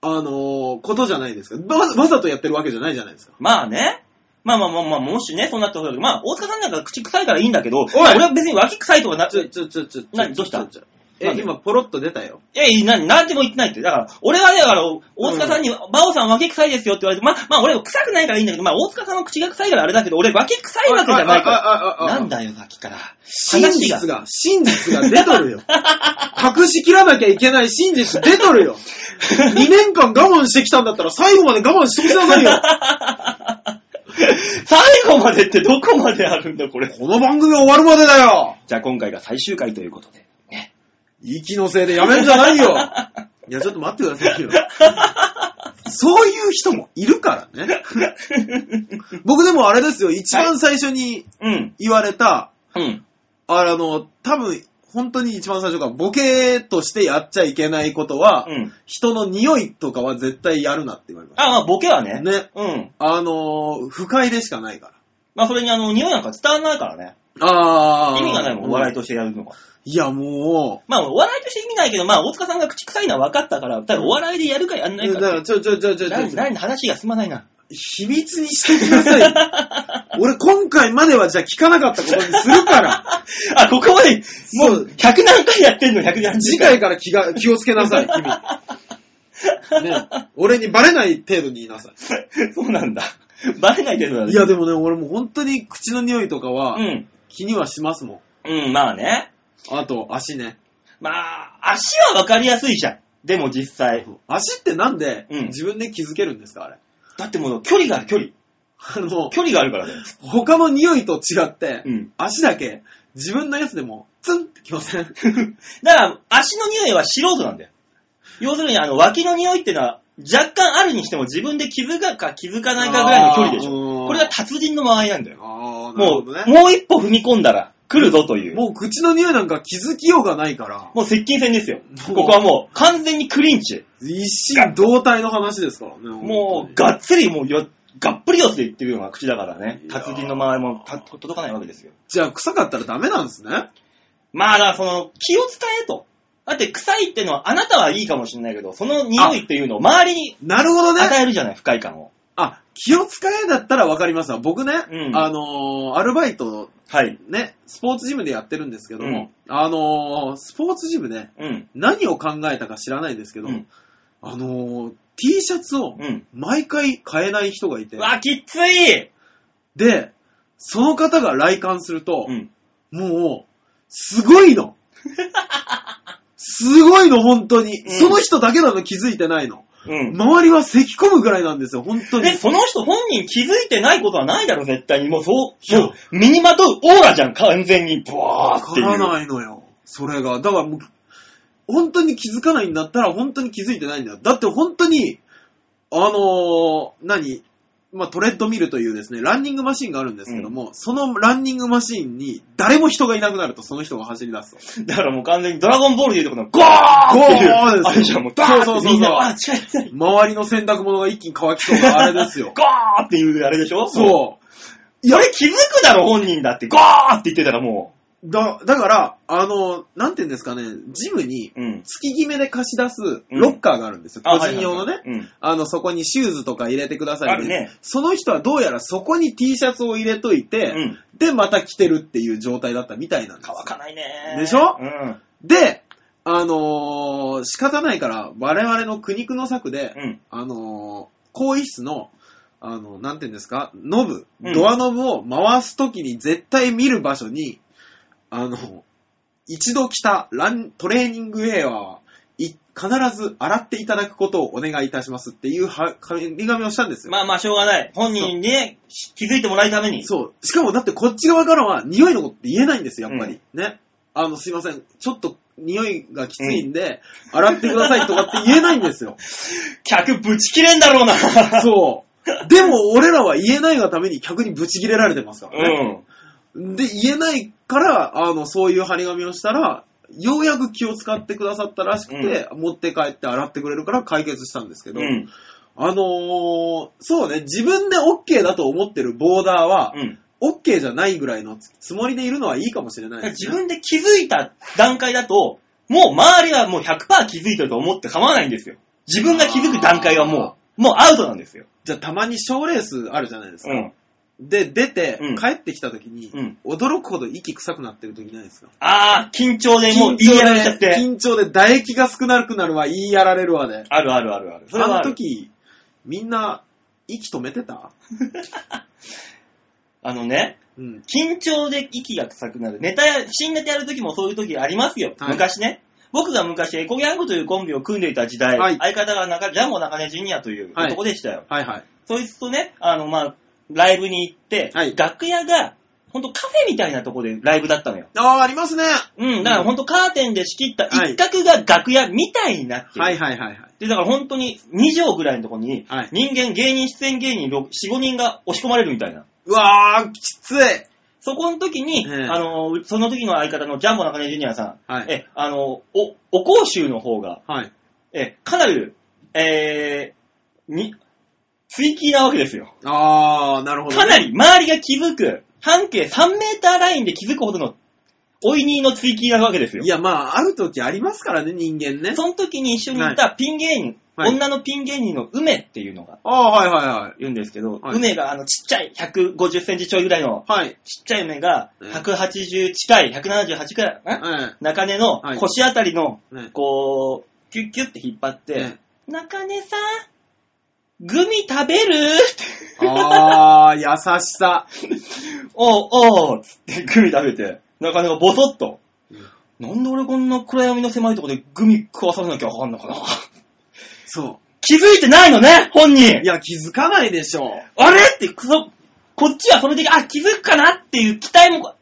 あのーことじゃないですかわ。わざとやってるわけじゃないじゃないですか。まあね。まあまあまあまあ、もしね、そうなったら、まあ、大塚さんなんか口臭いからいいんだけど、俺は別に脇臭いとかな、ちょ、ちょ、ちょ、ちょ、ちょ何どうしちたょちょなんえ、で今ポロッと出たよ。え、いいな、なんでも言ってないって。だから、俺はねだから、大塚さんに、バオさん脇臭いですよって言われて、まあ、まあ俺、臭くないからいいんだけど、まあ、大塚さんの口が臭いからあれだけど、俺、脇臭いわけじゃないかあああああら。あなんだよ、さっきから。 真実が、真実が出とるよ。隠しきらなきゃいけない真実出とるよ。2年間我慢してきたんだったら最後まで我慢してきなさいよ。 最後までってどこまであるんだ、これ。この番組終わるまでだよ。じゃあ、今回が最終回ということ で。ね。息のせいでやめんじゃないよ。いや、ちょっと待ってくださいよ。そういう人もいるからね。僕でもあれですよ、一番最初にうん。言われた、うん。あの、多分、本当に一番最初からボケとしてやっちゃいけないことは、うん。人の匂いとかは絶対やるなって言われましあ、まあ、ボケはた。ね。ね。うん。あのー不快でしかないかまあ、それにあの、匂いなんか伝わらないからね。ら。あ意味がないもん、お笑いとして。してやるのが。いや、もまあ、お笑いとして意味ないけど、まあ、大塚さんが口臭いのは分かったから、ただお笑いでやるかやんう、ないか。だからら、ちょ、ちょ、ちょ、ちょ、ちなんで、ょ、なんで話が進まないな。秘密にしてください。 俺、今回まではじゃあ聞かなかったことにするから、あ、 ここまで、もそうう、100何回やってんの、100何次回。回から気が、気をつけなさい、 君。ね、俺にバレない程度に言いなさい。そうなんだ。バレない程度だねいや、でもね、俺もう本当に口の匂いとかうはん。気にはしますもん。うん、まあね。あと、足ね。まあ、足は分かりやすいじゃん。でも実際。足ってなんでうん自分で気づけるんですか、あれ。だってもう、距離がある、距離。あの、距離があるからね。他の匂いと違って、うん。 足だけ自分のやつでもツンってきませんだから、足の匂いは素人なんだよ。要するに、あの、脇の匂いってのは、若干あるにしても自分で気づかか気づか ないかぐらいの距離でしあーうょ。んこれが達人の間合いなんだよ。ああ、なるもほう、どね。もう一歩踏み込んだら来るぞという。ももう口の匂いなんか気づきようがないからう、接近戦ですよ。もうここはもう完全にクリンチ。一心同体の話ですからね。もう、ガがっつり、もうよ、がっぷり四つで言ってるような口だからねい。やー達人の間合いもた届かないわけですよ。じゃあ臭かったらダメなんですね。まあ、だからその、気を伝えと。だって、臭いってのは、あなたはいいかもしれないけど、その匂いっていうのを周りになるほどね。与えるじゃない、不快感を。あ、気を使えだったらわかりますわ。僕ね、うんあのーアルバイトはい。ね、スポーツジムでやってるんですけどうんも、あのースポーツジムね、うん。何を考えたか知らないですけうど、ん。あのー T シャツをうん。毎回買えない人がいて、うわ、きついで、その方が来館すると、うん。もう、すごいのすごいの、本当に。うんその人だけなの気づいてないの。うん。周りは咳込むぐらいなんですよ、本当にで、。その人本人気づいてないことはないだろ、絶対に。もうそう、やもう、身にまとうオーラじゃん、完全に。ブワわーっかていう。らないのよ。それが。だからもう、本当に気づかないんだったら本当に気づいてないんだよ。だって本当に、あのー何まあ、トレッドミルというですね、ランニングマシンがあるんですけども、そのランニングマシンに誰も人がいなくなるとその人が走り出すと。だからもう完全にドラゴンボールでいうとこのゴーっていう。ゴーですあれじゃん、もうダーそうそうってそうそうみんな、わー、近い近い。周りの洗濯物が一気に乾きそうなあれですよ。 ゴーっていうあれでしょう。そう。いや、俺気づくだろ、本人だって。ゴーって言ってたらもだ、だから、あの、なんていうんですかね、ジムにう。うん。月決めで貸し出すロッカーがあるんですよ。個人用のね。はいはいはいあの、そこにシューズとか入れてくださいあるねその人はどうやらそこに T シャツを入れといて、うん。うん。で、また着てるっていう状態だったみたいなんですよ乾かないねでしょうん。で、あのー仕方ないから、我々の苦肉の策で、うん。あのー更衣室の、あの、なんていうんですか、ノブうん、ドアノブを回すときに絶対見る場所に、あの、一度着たラントレーニングウェアはい必ず洗っていただくことをお願いいたしますっていうは紙紙をしたんですよ。まあまあ、しょうがない。本人にねし気づいてもらうために。そう。しかもだってこっち側からは匂いのことって言えないんですよ、やっぱり。ね。あの、すいません。ちょっと匂いがきついんで、洗ってくださいとかって言えないんですよ。客ぶち切れんだろうな。 そう。でも俺らは言えないがために客にブチ切れられてますからね。ん。で、言えないから、あの、そういう張り紙をしたら、ようやく気を使ってくださったらしくて、持って帰って洗ってくれるから解決したんですけど、うん。あのーそうね、自分で OK だと思ってるボーダーは、うん。 OK じゃないぐらいのつもりでいるのはいいかもしれないだからです自ね、分で気づいた段階だと、もう周りはもう100%気づいてると思って構わないんですよ。自分が気づく段階はもう、もうアウトなんですよ。じゃあたまに賞ーレースあるじゃないですか。ん。で、出てうん、帰ってきた時に、うん驚くほど息臭くなってる時ないですかあー、緊張でもう緊言張いやられちゃっで、て。緊張で唾液が少なくなるわ、言いやられるわね。あるあるあるある。それあはあのる。時、みんな、息止めてたあのね、うん。緊張で息が臭くなる。ネタや、新ネタやる時もそういう時ありますよ。はい昔ね。僕が昔、エコギャングというコンビを組んでいた時代、はい相方が中ジャンボ中根ジュニアというはい男でしたよ。はいはい。そいつとね、あの、まあ、ライブに行って、はい楽屋が、ほんとカフェみたいなとこでライブだったのよ。ああ、ありますね。はうん、だからほんとカーテンで仕切ったはい一角が楽屋みたいになっている。はいはいはい。で、だから本当に2畳ぐらいのとこに、はい人間、芸人、出演芸人6、4、5人が押し込まれるみたいな。うわー、きつい。そこの時に、ええあの、その時の相方のジャンボ中根ジュニアさん、はいえ、あの、お、お甲州の方が、はい。え、かなり、えー、に、追記なわけですよ。あー、なるほど、ね。かなり周りが気づく、半径3メーターラインで気づくほどの、おいにーの追記なわけですよい。や、まあ、ある時ありますからね、人間ね。その時に一緒にいたピン芸人、はい女のピン芸人の梅っていうのがあー、はいはいはい。いるんですけど、はい梅があのちっちゃい150センチちょいぐらいのはい。ちっちゃい梅がうん180近い、178くらい、んえ中根のはい腰あたりのえねこう、キュッキュッって引っ張っねて、中根さん、グミ食べる あー、優しさ。おうおうっつってグミ食べて、中根がボソッと、なんで俺こんな暗闇の狭いとこでグミ食わされなきゃわかんの かなそ気づいてないのね、本人う。いや、気づかないでしょあれって、くそ、こっちはそれで、あ、気づくかなっていう期待も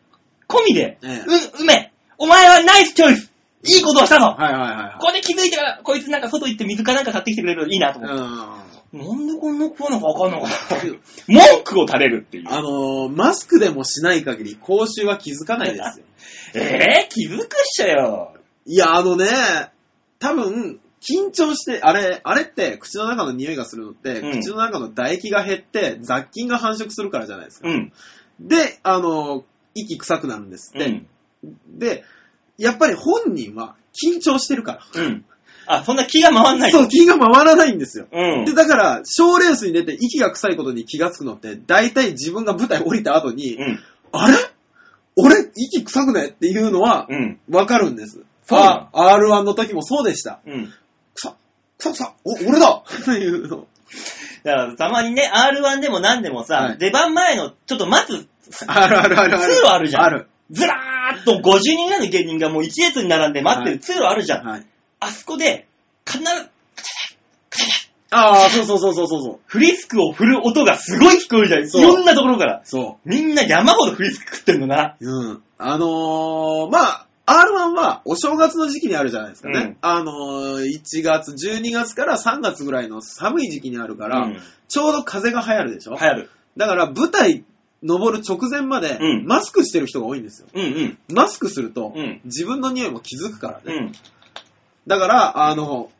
込みで、えう、梅、お前はナイスチョイスいいことをしたう。のこはいはいはいこで気づいたら、こいつなんか外行って水かなんか買ってきてくれるといいなと思って。はい。うん。なんでこんな食わなきゃわか んのかな文句を垂れるっていう。あのー、マスクでもしない限り、口臭は気づかないです よ。えー、気づくっしょよ。いや、あのね、多分、緊張して、あれ、あれって、口の中の匂いがするのって、うん口の中の唾液が減って、雑菌が繁殖するからじゃないですか。うん。で、あのー、息臭くなるんですっうて。ん。で、やっぱり本人は緊張してるかうん。あ、そんな気が回んなら。い。そう、。気が回らないんですよ。うんで、。だから、賞ーレースに出て息が臭いことに気がつくのって、大体自分が舞台降りた後に、うん。あれ俺、息臭くないっていうのは、うん。わかるんです。そうなあ、R1 の時もそうでした。うん。臭、臭、臭、お、俺だっていうの。だから、たまにね、R1 でも何でもさ、はい出番前の、ちょっと待つ、あるあるあるある。通路あるじゃんある。ずらーっと50人ぐらいの芸人がもう一列に並んで待ってはる通路あるじゃん。はい。あそこで、必ず、ああ、そうそうそうそうそうそう。フリスクを振る音がすごい聞こえるじゃん。そういろんなところから。そみんな山ほどフリスク食ってんのな。う。うん。あのー、まあ、R1 はお正月の時期にあるじゃないですかね。うんあのー、1月、12月から3月ぐらいの寒い時期にあるから、うん、流ちょうど風が流行るでしょ、行る。だから舞台登る直前まで、うんマスクしてる人が多いんですよ。うんうん。マスクすると、うん自分の匂いも気づくからね。うん。だから、あの、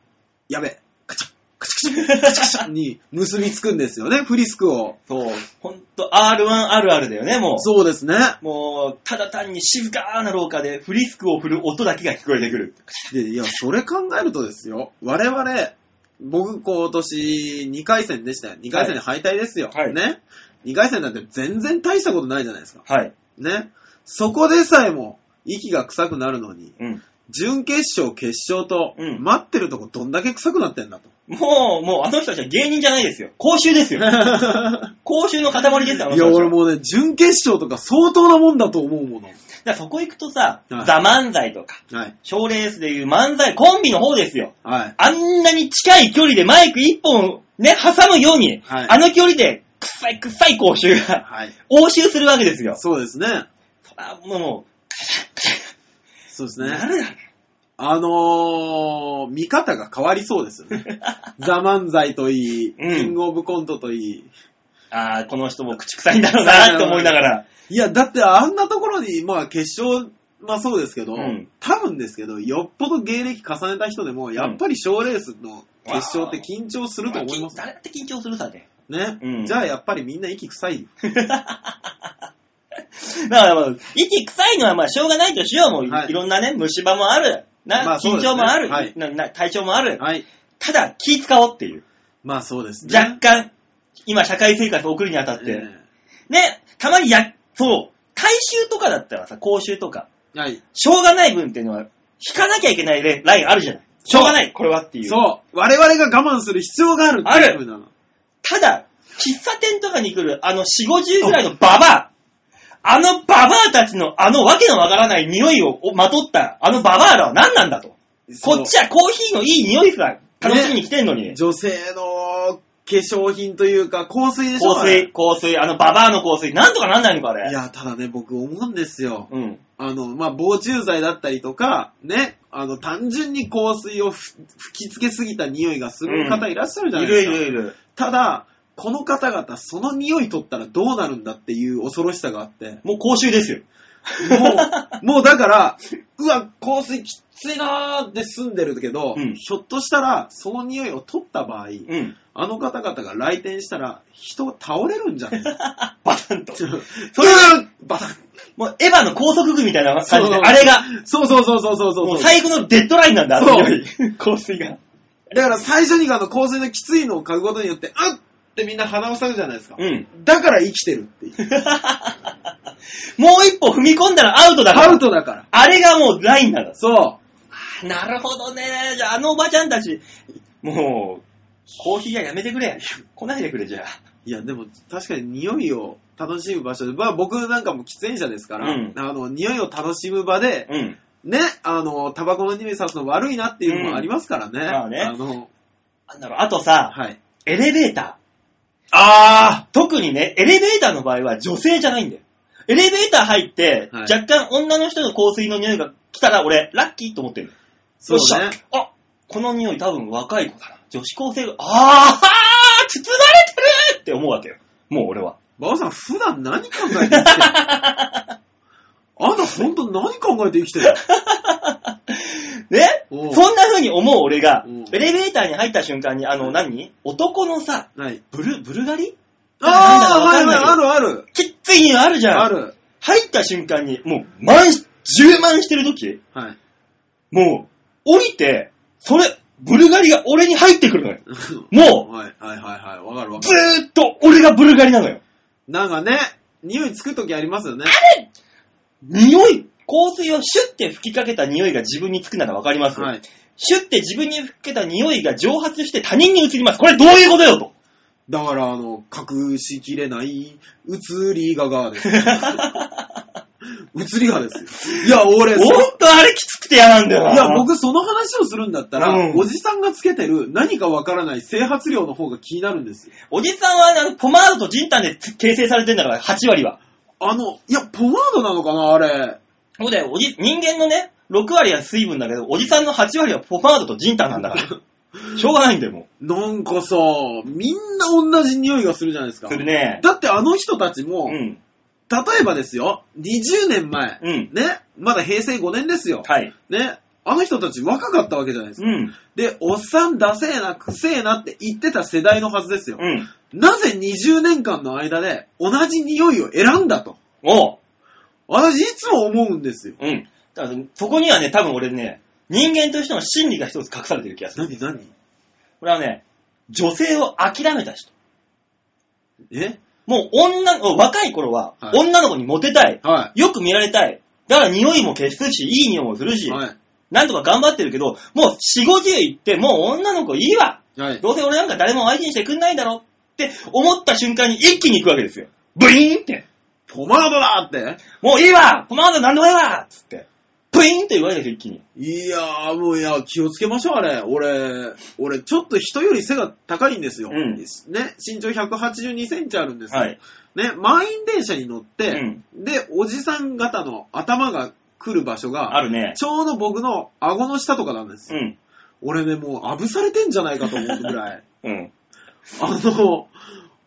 やべ、カチャッ、カチャッ、カチャッ、カチャッに結びつくんですよね、フリスクを。 そう。ほんと、R1 あるあるだよね、もう。そうですね。もう、ただ単に静かな廊下でフリスクを振る音だけが聞こえてくる。で、いや、それ考えるとですよ、我々、僕、今年2回戦でしたよ。2回戦で敗退ですよ。はいね。2回戦なんて全然大したことないじゃないですか。はい。ね。そこでさえも、息が臭くなるのに、うん。準決勝、決勝とう、ん待ってるとこどんだけ臭くなってんだ と。もう、もう、あの人たちは芸人じゃないですよ。公衆ですよ。公衆の塊ですよ、あのいや、人たちは俺もうね、準決勝とか相当なもんだと思うもの。だからそこ行くとさ、はいザ・漫才とか、はい。賞レースでいう漫才コンビの方ですよ。はい。あんなに近い距離でマイク一本ね、挟むように、はいあの距離で、臭い臭い口臭が、はい。応酬するわけですよ。そうですね。あもそうですう、なね。るだあのー、見方が変わりそうですよね。 ザ・漫才といい、うんキングオブコントといい。ああ、この人も口臭いんだろうなって思いながら。いや、だってあんなところに、まあ決勝、まあそうですけど、うん多分ですけど、よっぽど芸歴重ねた人でも、やっぱり賞レースの決勝って緊張すると思いますよ誰だって緊張するさね。ね。うんじゃあやっぱりみんな息臭い よ。だから、まあ、息臭いのはまあしょうがないとしよう。もうい、はいいろんなね、虫歯もある。な、まあそう緊ですね張もある、はいなな体調もある。はい。ただ、気使おうっていう。まあそうですね。若干、今、社会生活を送るにあたって。えね、たまにや、そう、大衆とかだったらさ、講習とか、えはい。しょうがない分っていうのは、引かなきゃいけないレラインあるじゃない。しょうがない、これはっていう。そう。我々が我慢する必要があるっていうふうなの。ただ、喫茶店とかに来る、あの、四五十ぐらいのババア、あのババアたちの、あのわけのわからない匂いをまとった、あのババアらは何なんだと。そうこっちはコーヒーのいい匂いすら楽しみに来てんのに。女性の化粧品というか、香水でしょ香あれ水、香水、あのババアの香水、なんとかなんないのか、あれ。いや、ただね、僕思うんですよ。うん。あの、まあ、防虫剤だったりとか、ね、あの、単純に香水をふ吹きつけすぎた匂いがする方いらっしゃるじゃないいでするいか。るいる。ただ、この方々、その匂い取ったらどうなるんだっていう恐ろしさがあって、もう公衆ですよ。 もう、もうだから、うわ、香水きついなーって済んでるけど、うんひょっとしたら、その匂いを取った場合、 うん。あの方々が来店したら、人倒れるんじ ゃないバタンと。それがバタンもうエヴァの高速具みたいな感じで、そうあれが、そうそうそうそうそうもそうう。最後のデッドラインなんだ、あの匂い。香水が。だから最初にあの香水のきついのを嗅ぐことによって、あっってみんな鼻を塞ぐじゃないですか。うん。だから生きてるっていう。 もう一歩踏み込んだらアウトだから。アウトだから。あれがもうラインなんだ。そなるほどね。じゃあ、あのおばちゃんたち、もう、コーヒー屋やめてくれ。来ないでくれ、じゃあ。う。いや、でも確かに匂いを楽しむ場所で、まあ僕なんかも喫煙者ですから、うんあの、匂いを楽しむ場で、うん。ね、あの、タバコの匂いさすの悪いなっていうのもありますからね。んまあねの、なんだろう、あとさ、はい。エレベータあー。特にね、エレベーターの場合は女性じゃないんだよ。エレベーター入って、はい若干女の人の香水の匂いが来たら、俺、ラッキーと思ってる。そうよねっし。ゃあ、この匂い多分若い子だな。女子高生が、あー、包まれてるって思うわけよ。もう俺は。馬場さん普段何考えて生きてるあんた本当何考えて生きてる ねおうそんな風に思う俺がうん、エレベーターに入った瞬間に、あのうん何、男のさ、はい。ブル、ブルガリああ、なはんいだはい、かあわかんなるある。きっつい匂いあるじゃん。ある。入った瞬間に、もう、満し、充満してる時、はい。もう、降りて、それ、ブルガリが俺に入ってくるのよ。もはいはいはいはい。わかるわう、かずる。ーっと俺がブルガリなのよ。なんかね、匂いつくときありますよね。匂い、香水をシュッて吹きかけた匂いが自分につくならわかりますよ。はい。シュッて自分に吹きかけた匂いが蒸発して他人に移ります。これどういうことよと。だから、あの、隠しきれない、移りがが です。移りがですよ。いや、俺、ほそんとあれきつくて嫌なんだよな。いや、僕その話をするんだったら、うんおじさんがつけてる何かわからない整髪量の方が気になるんですよ。おじさんはあのポマードとジンタンで形成されてんだから、8割は。あの、いや、ポマードなのかな、あれ。そうだよ、おじ、人間のね、6割は水分だけど、おじさんの8割はポマードとジンタンなんだ から。しょうがないんだよ、もなんかさ、みんな同じ匂いがするじゃないですか。う。するね。だってあの人たちも、うん。例えばですよ、20年前、うん。ね、まだ平成5年ですよ。はい。ね、あの人たち若かったわけじゃないですうか。ん。で、おっさんだせえな、くせえなって言ってた世代のはずですよ。うん。なぜ20年間の間で同じ匂いを選んだと。おう。私いつも思うんですよ。うん。だからそこにはね、多分俺ね、人間としての心理が一つ隠されてる気がする。何何これはね、女性を諦めた人。えもう女の、若い頃は、はい女の子にモテたい。はよく見られたい。だから匂いも消すし、いい匂いもするい。し、はなんとか頑張ってるけど、もう4、50行って、もう女の子いいわ。い。はい。どうせ俺なんか誰も相手にしてくんないだろって思った瞬間に一気に行くわけですよ。ブイーンって。ポマードだってもういいわこの後何でもいいわつって。ブイーンって言われですよ、一気に。いやー、もういや、気をつけましょう、あれ。俺、俺、ちょっと人より背が高いんですよ。うんね、身長182センチあるんですよ。はい。ね、満員電車に乗って、うんで、おじさん方の頭が来る場所あが、るね。ちょうど僕の顎の下とかなんですうよ。ん。俺ね、もう、あぶされてんじゃないかと思うぐらい。 うん。あの、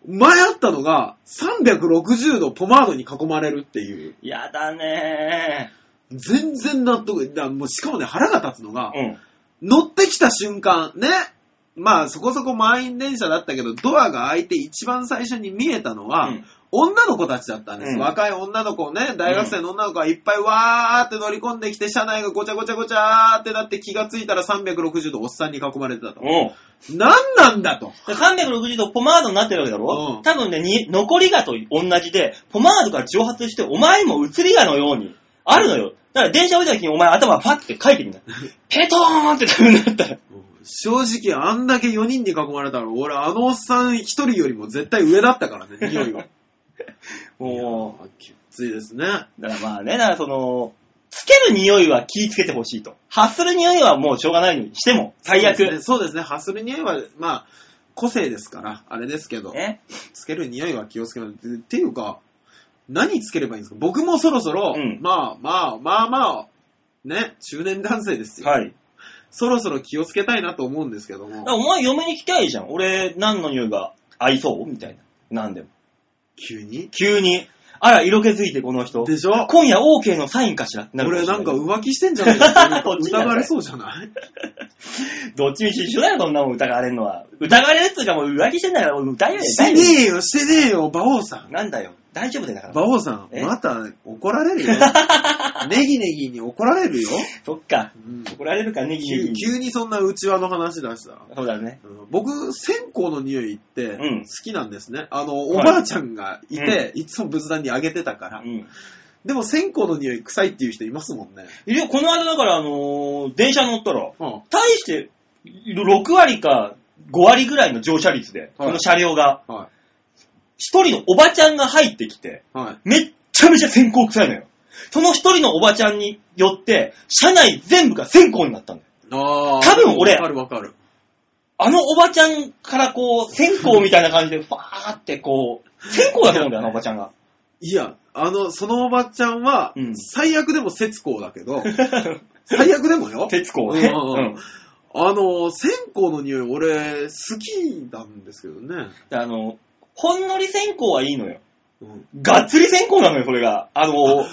前あったのが、360度ポマードに囲まれるっていう。やだね全然納得。だもうしかもね、腹が立つのがー。、うん。乗ってきた瞬間、ね、まあそこそこ満員電車だったけど、ドアが開いて一番最初に見えたのは、うん女の子たちだったんです。うん若い女の子ね、大学生の女の子がいっぱいわーって乗り込んできて、車内がごちゃごちゃごちゃーってなって気がついたら360度おっさんに囲まれてたと。うん。なんなんだと。で360度ポマードになってるわけだろ、うん多分ねに、残りがと同じで、ポマードから蒸発して、お前も移りがのように、あるのよ。だから電車降りた時にお前頭ファッて書いて みな。ペトーンって多分なったら。正直あんだけ4人に囲まれたら、俺あのおっさん1人よりも絶対上だったからね、匂 いが。もあきついですね。う、だからまあね、だからその、つける匂いは気ぃつけてほしいと。発する匂いはもうしょうがないにしても、最悪。そうですねそうですね。ハスル匂いは、まあ、個性ですから、あれですけど、ねつける匂いは気をつけない。っていうか、何つければいいんですか僕もそろそろ、うんまあまあまあまあ、ね、中年男性ですよ。はい。そろそろ気をつけたいなと思うんですけどだかも。らお前嫁に聞きゃいいじゃん。俺、何の匂いが合いそうみたいな。なんでも。急に急に、あら、色気づいてこの人。でしょ今夜 OK のサインかしらってなる俺もしれなんかい浮気してんじゃない かこっちじゃ疑ないわれそうじゃないどっちみち一緒だよ、そんなもん疑われんのは。疑われるっつうかもう浮気してんだから、もう疑われしてねえよ、してねえよ、馬王さん。なんだよ。大丈夫だよ、だから。馬王さん、えまた怒られ るよ。ネギネギに怒られるよ。そっか。うん怒られるかね、ギ急リギリ急にそんな内輪の話出した。そうだね。うん僕、線香の匂いってうん好きなんですね。あの、おはいばあちゃんがいて、ういつも仏壇にあげてたから。うん。でも線香の匂い臭いっていう人いますもんね。いや、この間だから、あのー電車乗ったら、うん大して、6割か5割ぐらいの乗車率で、この車両が、は一人のおばちゃんが入ってきて、い。はい。めっちゃめちゃ線香臭いのよ。その一人のおばちゃんによって、車内全部が線香になったのよ。あー多分俺わかるわかる。あのおばちゃんからこう、線香みたいな感じで、ファーってこう、線香だと思うんだ よ、あのおばちゃんが。いや、あの、そのおばちゃんは、うん最悪でも節香だけ ど、最悪でもよ。鉄香うね。んうんうんうんあの、線香の匂い俺、好きなんですけどね。あの、ほんのり線香はいいのよ。うんがっつり線香なのよ、これが。あの、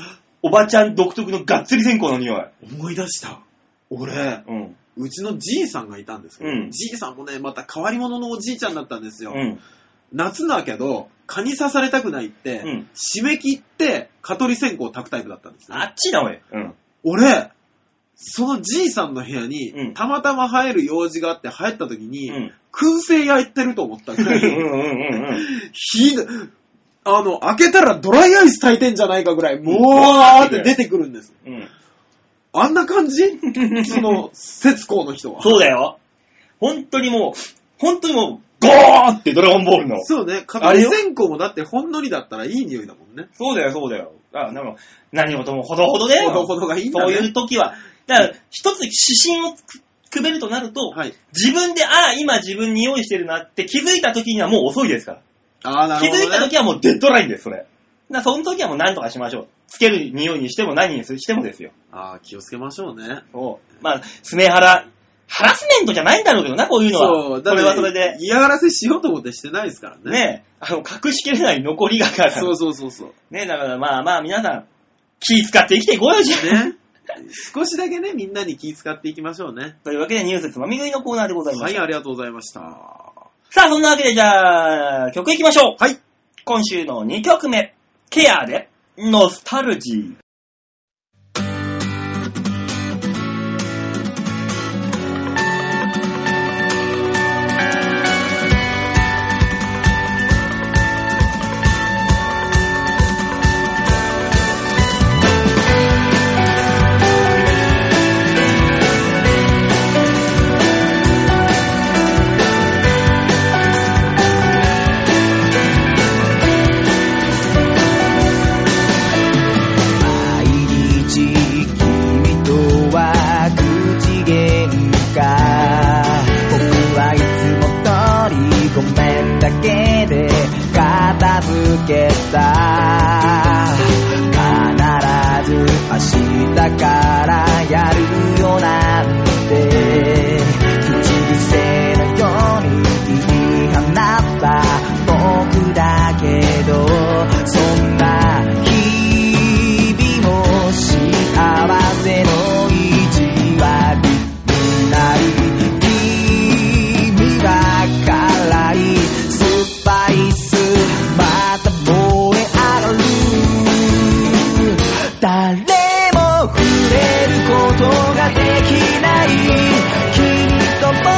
おばちゃん独特のがっつり線香の匂い。思い出した。俺、うん。うちのじいさんがいたんですけど、うんじいさんもね、また変わり者のおじいちゃんだったんですうよ。ん。夏だけど、蚊に刺されたくないって、うん締め切って、蚊取り線香を炊くタイプだったんですよ、あっちだおい。うん。俺、そのじいさんの部屋に、うんたまたま入る用事があって入った時に、うん。燻製焼いてると思ったぐうんうらい、んうんうん。ひどあの、開けたらドライアイス炊いてんじゃないかぐらい、もうわーって出てくるんです。うん。あんな感じその、節子の人は。 そうだよ。本当にもう、本当にもう、ゴーってドラゴンボールの。そうね、蚊取り線香もだってほんのりだったらいい匂いだもんね。そうだよ、そうだよ。あ、でも、何事もほどほどだよ。ほどほどがいいんだそうね。いう時は。だから、一つ指針をくくべるとなると、はい。自分で、あら、今自分に用意してるなって気づいた時にはもう遅いですから。ああ、な気るほど、ね。づいた時はもうデッドラインです、それ。な、その時はもう何とかしましょう。つける匂いにしても何にしてもですよ。ああ、気をつけましょうね。そう。まあ、スネハラ、ハラスメントじゃないんだろうけどな、こういうのは。そう、だこってれはそれで。嫌がらせしようと思ってしてないですからね。ねあの、隠しきれない残りがから。そうそうそう そう。ねだからまあまあ皆さん、気使って生きていこうよ、じゃあね。少しだけね、みんなに気遣っていきましょうね。というわけでニュースつまみ食いのコーナーでございまはす。い、ありがとうございました。はさあ、そんなわけでじゃあ、曲いきましょう。い。今週の2曲目、ケアで、ノスタルジー。毎日君とは口喧嘩僕はいつも通りごめんだけで片付けた必ず明日からやるよなんて口癖のように切り放った僕だけどそんな日々も幸せの一割になり君は辛いスパイスまた燃え上がる誰も触れることができない君と僕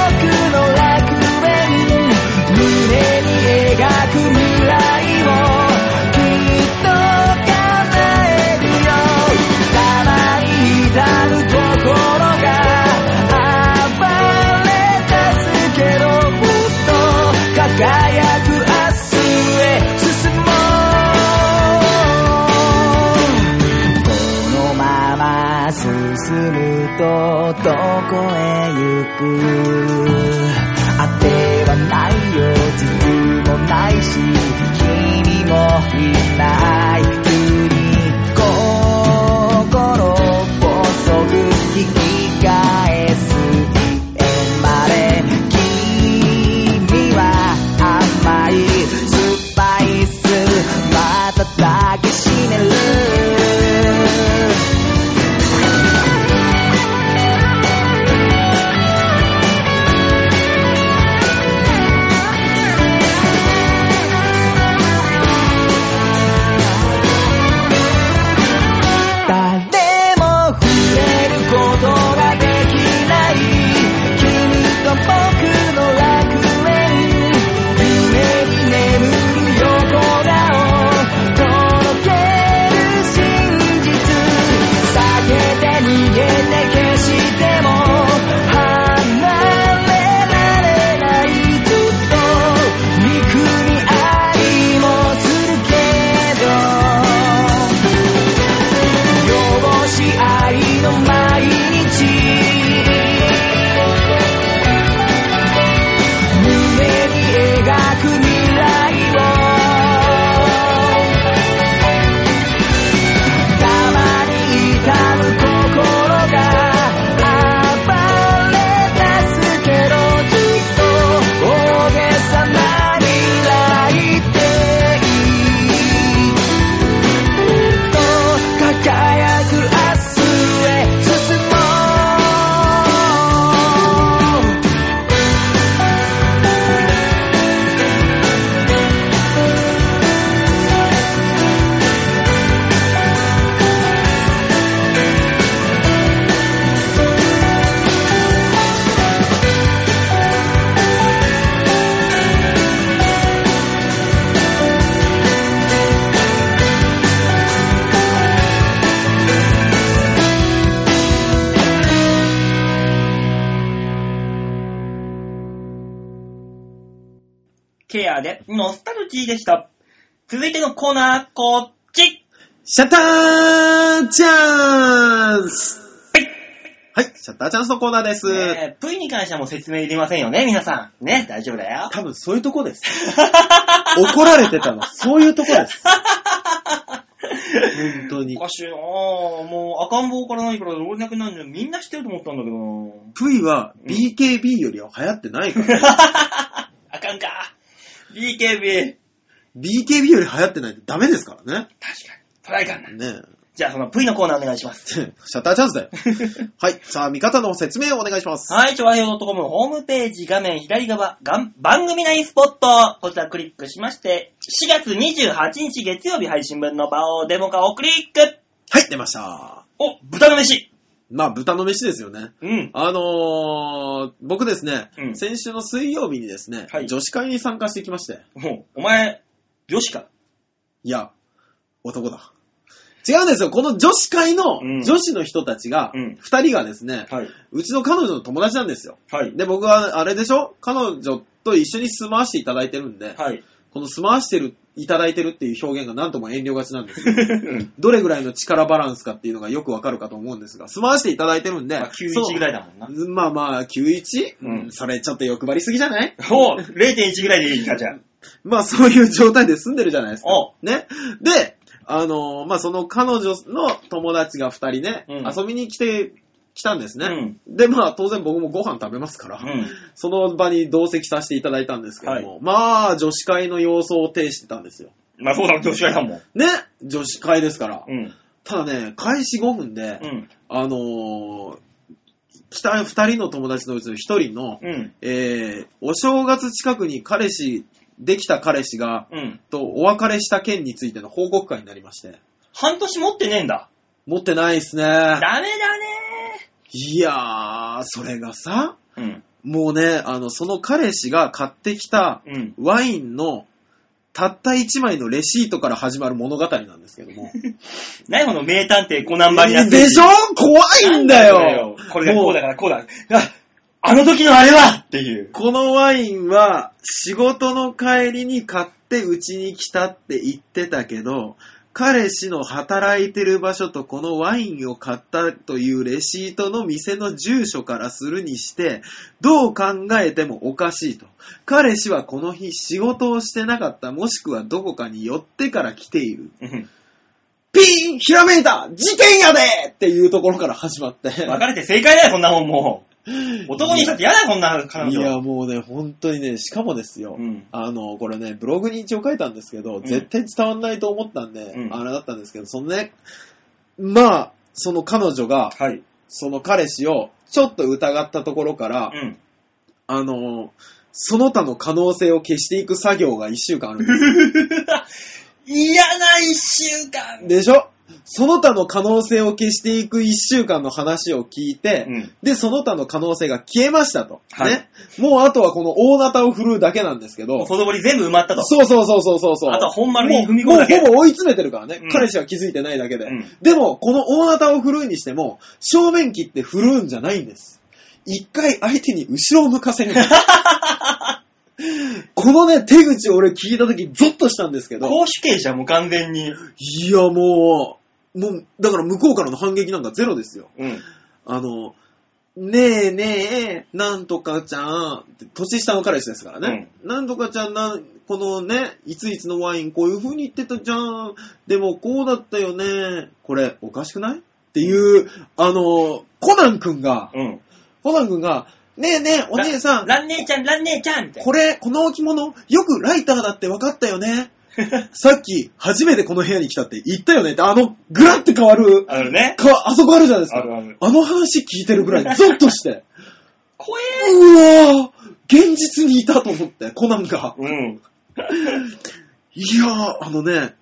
の楽園胸に描く未来をきっと叶えるよたまに至るところが暴れ出すけどもっと輝く明日へ進もうこのまま進むとどこへ行くあてはないよ地図もないし君もいない急に心細く引き返す家まで君は甘いシェアで、ノスタルジーでした。続いてのコーナー、こっちシャッターチャンスはいはい、シャッターチャンスのコーナーです。えー、V に関してはもう説明いりませんよね、皆さん。ね、大丈夫だよ。多分そういうとこ です。怒られてたの、そういうとこです。本当にお。かしいなぁ。もう赤ん坊から何から老若男女みんな知ってると思ったんだけどな V は BKB よりは流行ってない から。あかんか。BKB。 BKB より流行ってないとダメですからね。確かに。トライガンな。ねじゃあその V のコーナーお願いします。 シャッターチャンスだよ。はい、さあ、見方の説明をお願いします。はい、ちょわひょう .com ホームページ画面左側、がん番組内スポット、こちらクリックしまして、4月28日月曜日配信分の場をデモ化をクリックはい、出ました。お、豚の飯まあ、豚の飯ですよね。うん。あのー、僕ですね、うん先週の水曜日にですね、はい女子会に参加してきまして、もう、お前、女子か。いや、男だ。違うんですよ、この女子会のうん女子の人たちが、うん二人がですね、はい。うちの彼女の友達なんですよ。はい。で、僕はあれでしょ彼女と一緒に住まわしていただいてるんで、はい。この住まわしてる、いただいてるっていう表現がなんとも遠慮がちなんですよ。どれぐらいの力バランスかっていうのがよくわかるかと思うんですが、住まわしていただいてるんで、 まあ、91ぐいらいだもんな。まあまあ、91? うんそれちょっと欲張りすぎじゃないおう !0.1 ぐらいでいいか、じゃあ。まあそういう状態で住んでるじゃないですか。おうね。で、あのーまあその彼女の友達が2人ね、うん遊びに来て、来たんですね、で、まあ当然僕もご飯食べますから、うん。その場に同席させていただいたんですけども、まあ女子会の様相を呈してたんですよ。まあそうだろ、女子会だもん。ね女子会ですから。うん。ただね、開始5分で、うん。あのー来た2人の友達のうちの1人の、うん。えー、お正月近くに彼氏、できた彼氏が、うん。とお別れした件についての報告会になりまして。半年持ってねえんだ。持ってないっすね。ダメだねいやー、それがさ、ー。うん。もうね、あの、その彼氏が買ってきたうん。ワインのたった一枚のレシートから始まる物語なんですけど も。ないほど名探偵コナンばりなってるでしょ怖いんだよこれがこうだもうから、こうだ。あ、あの時のあれはっていう。このワインは仕事の帰りに買ってうちに来たって言ってたけど、彼氏の働いてる場所とこのワインを買ったというレシートの店の住所からするにして、どう考えてもおかしいと。彼氏はこの日仕事をしてなかったもしくはどこかに寄ってから来ている。うんピーンひらめいた事件やでっていうところから始まって。別れて正解だよ、そんなもんもう。男にしたって嫌だよ、こんない彼女。や、もうね、本当にね、しかもですよ、うんあの、これね、ブログに一応書いたんですけど、ん絶対伝わんないと思ったんで、うんあれだったんですけど、そのね、まあ、その彼女が、はい。その彼氏をちょっと疑ったところから、うん。あの、その他の可能性を消していく作業が一週間あるんですよ。嫌な一週間。でしょその他の可能性を消していく一週間の話を聞いて、うん。で、その他の可能性が消えましたと。はいね。もうあとはこの大ナタを振るうだけなんですけど、外堀全部埋まったと。そうそうそうそうそうそう。あとは本丸に踏み込むもうだけもうほぼ追い詰めてるからね。うん彼氏は気づいてないだけで。うんでも、この大股を振るうにしても、正面切って振るうんじゃないんです。一回相手に後ろを向かせ る。このね、手口俺聞いた時ゾッとしたんですけど、公主刑じゃん、もう完全に。いやもう、もう、だから向こうからの反撃なんかゼロですよ。うん。あの、ねえねえ、なんとかちゃん、って年下の彼氏ですからね。なんとかちゃんなん、このね、いついつのワインこういう風に言ってたじゃん。でもこうだったよね。これおかしくないっていう、あの、コナンくんが、うん。コナンくんが、ねえねえ、お姉さん、ラン姉ちゃん、ラン姉ちゃんみたいこれ、この置物、よくライターだって分かったよ ね。さっき、初めてこの部屋に来たって言ったよねって、あの、ぐらって変わる、な。あのね。か、あそこあるじゃないですか。あるある。あの話聞いてるぐらいゾッとして、怖うわぁ、現実にいたと思って、コナンが。えうん。いやぁ、あのね、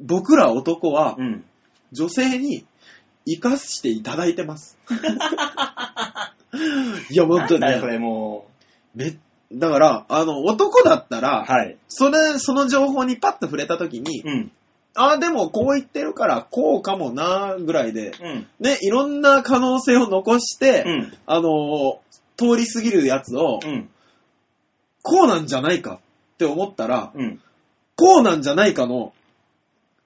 僕ら男はうん。女性に生かしていただいて ます。いや、な本当んにだよ、こね。れもめだから、あの、男だったう。ら、はい。それ、その情報にパッと触れた時に、うん。ああ、でもこう言ってるから、こうかもな、ぐらいで、うん。ね、いろんな可能性を残して、うん。あのー通り過ぎるやつを、うん。こうなんじゃないかっって思ったら、うん。こうなんじゃないかの、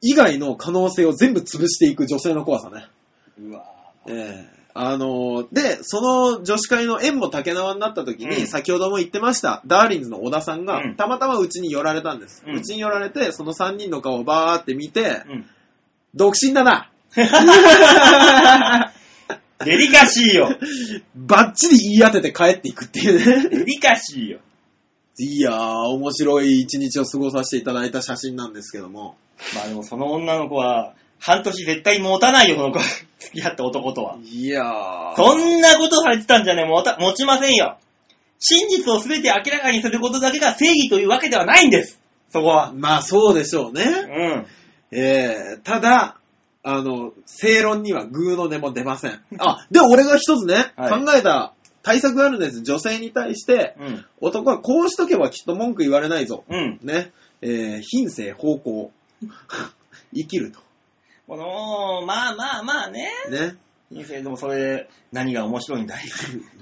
以外の可能性を全部潰していく女性の怖さね。うわええあのーで、その女子会の縁も竹縄になった時に、うん先ほども言ってました、ダーリンズの小田さんが、うんたまたまうちに寄られたんです。うんうち、に寄られて、その3人の顔をバーって見て、うん。 独身だなデリカシーよ。バッチリ言い当てて帰っていくっていうね。デリカシーよ。いやー、面白い一日を過ごさせていただいた写真なんですけども。まあでもその女の子は、半年絶対持たないよ、この子。 付き合った男とは。いやー。そんなことされてたんじゃね、持た、持ちませんよ。真実を全て明らかにすることだけが正義というわけではないんです。そこは。まあそうでしょううね。ん。ええただ、あの、正論にはグーの根も出ま せん。あ、で、俺が一つね、はい考えた対策があるんです。女性に対して、うん。男はこうしとけばきっと文句言われないぞ。うん。ね。えー、品性方向。 生きると。この、まあまあまあね。ね。人生でもそれで何が面白いんだい。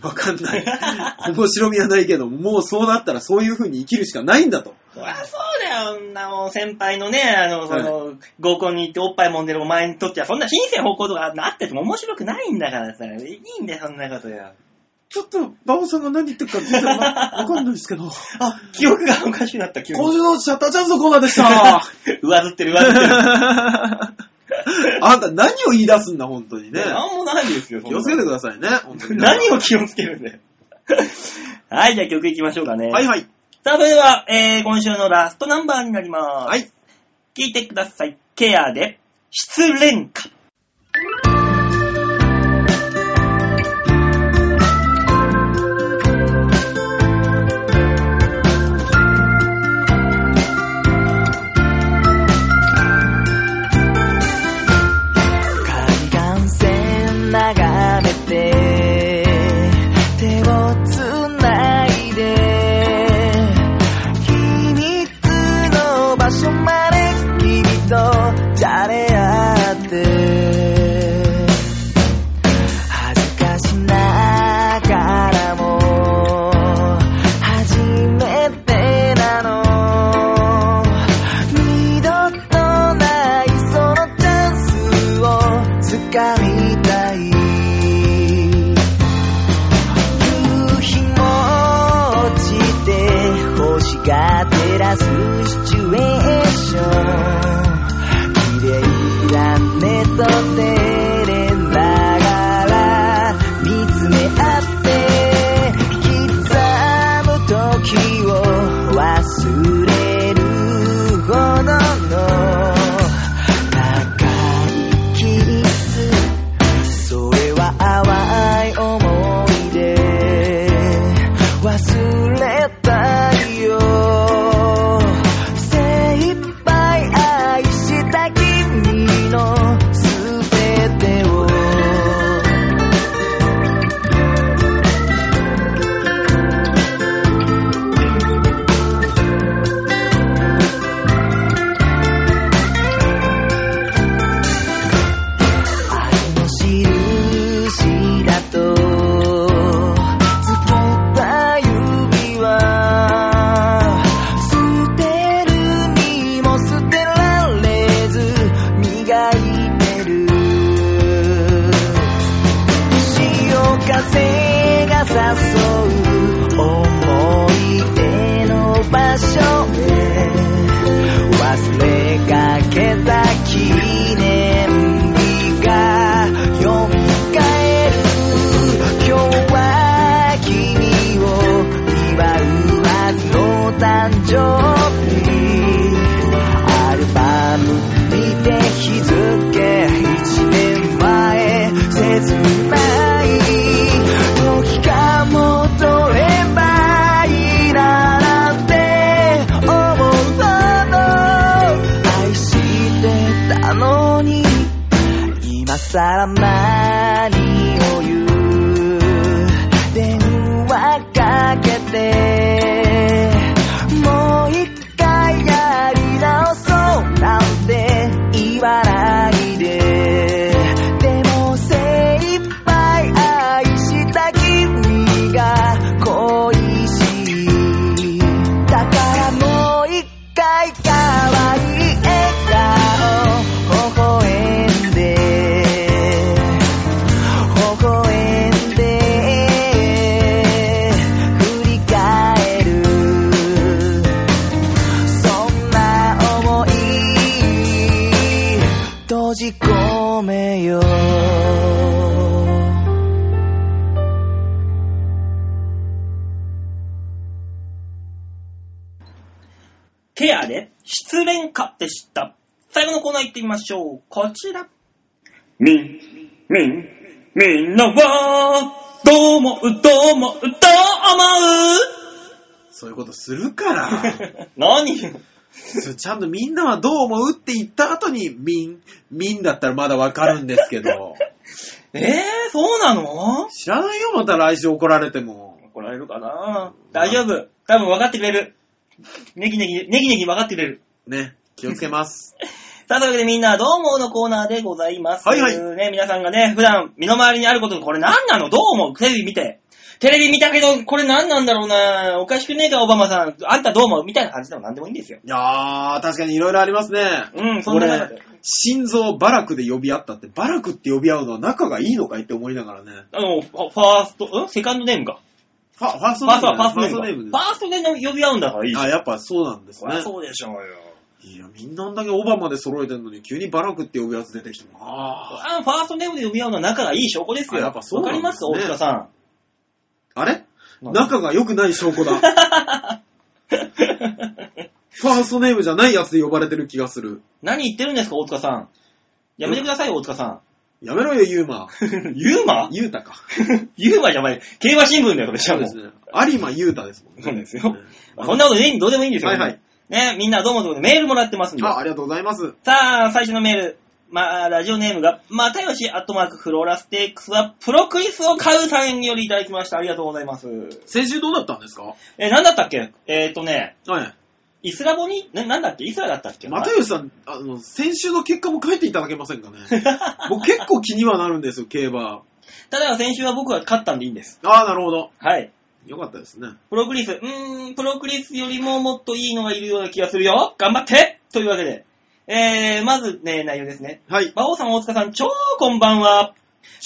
わかんない。面白みはないけど、もうそうなったらそういう風に生きるしかないんだと。そりゃそうだよ、女も先輩のね、あの、その、合コンに行っておっぱい揉んでるお前にとっては、そんな人生方向とかあってても面白くないんだからさ、いいんだよ、そんなことよ。ちょっと、馬王さんが何言ってるか全然わわかんないですけど。 あ、記憶がおかしくなった、急今に。週のシャッターチャンスのコーナーでした。 上ずって る、上ずってる。あんた何を言い出すんだ、本当にね。なんもないですよ、そん気なをつけてくださいね。本当に何を気をつけるんだよ。はい、じゃあ曲いきましょうかね。はいはい。さあ、それでは、えー、今週のラストナンバーになります。はい。聞いてください。ケアで、失恋歌。海岸線眺めて手を繋いで秘密の場所まで君とじゃれ合って恥ずかしながらも初めてなの二度とないそのチャンスを掴みたい夕日も落ちて星が照らすシチュエーション綺麗だねと照れながら見つめ合って刻む時を忘れるほどの高いキスそれは淡い思い出忘れたいよ精一杯愛した君のすべてを愛の印だとつけた指は捨てるにも捨てられず磨いてる潮風が誘う思い出の場所へ忘れかけた記念日が蘇る今日は君を祝うはずの誕生日アルバム見て日付一年前切ない時が戻ればいいななんて思うの愛してたのに今さら何を言う電話かけてもう一回やり直そうなんて言わないででも精一杯愛した君が恋しいだからもうち込めようケアで失恋歌でした。最後のコーナー行ってみましょう。こちら。みん、みん、みんなは、どう思う、どう思 う、どうそういうことするから。 思う何それちゃんとみんなはどう思うって言った後に、みん、みんだったらまだわかるんですけど。えー、そうなの知らないよ、また来週怒られても。怒られるかな大丈夫。多分分かってくれる。ネギネギ、ネギネギ分かってくれる。ね、気をつけます。さあ、というわけでみんなはどう思うのコーナーでございます。はいはいね、皆さんがね、普段身の回りにあること、これ何なのどう思うテレビ見て。テレビ見たけど、これ何なんだろうなおかしくねえか、オバマさん。あんたどう思うみたいな感じでも何でもいいんですよ。いやー、確かにいろいろありますね。うん、そんな中俺で。、心臓をバラクで呼び合ったって、バラクって呼び合うのは仲がいいのかいって思いながらね。あの、ファファースト、んセカンドネームか。ファファースフトァネーーストムはだね。ファーストネーム。ファーストで呼び合うんだからいいじゃん。あ、やっぱそうなんですそりねゃ。そうでしょうよ。いや、みんなあんだけオバマで揃えてんのに、急にバラクって呼ぶやつ出てきても、あーあファーストネームで呼び合うのは仲がいい証拠ですよ。あやっぱそうわなかんりですねますか、大塚さあれん。仲が良くない証拠だ。 ファーストネームじゃないやつで呼ばれてる気がする。何言ってるんですか、大塚さん。やめてくださいよ、大塚さ ん。やめろよ、ユーマ。ユーマユータか。ユーマじゃない。競馬新聞だよ、これ、しそかうも。でそすね。有馬ユータですもんね。うですよ。うんこんなことね、どうでもいいんですよ。はいはい。ね、みんなどうもどうもメールもらってますんで。あ、ありがとうございます。さあ、最初のメール。まあ、ラジオネームが、またよし、アットマーク、フローラステークスは、プロクリスを買うさんよりいただきました。ありがとうございます。先週どうだったんですかえ、なんだったっけえっ、ー、とね、はイスラボに、な、なんだっけイスラだったっけい。又吉さん、あの、先週の結果も書いていただけませんかね僕結構気にはなるんですよ、競馬。ただ、先週は僕が勝ったんでいいんです。ああ、なるほど。はい。よかったですね。プロクリス、うーん、プロクリスよりももっといいのがいるような気がするよ。頑張ってというわけで。えー、まずね、内容ですね。はい。馬王さん、大塚さん、超こんばんは。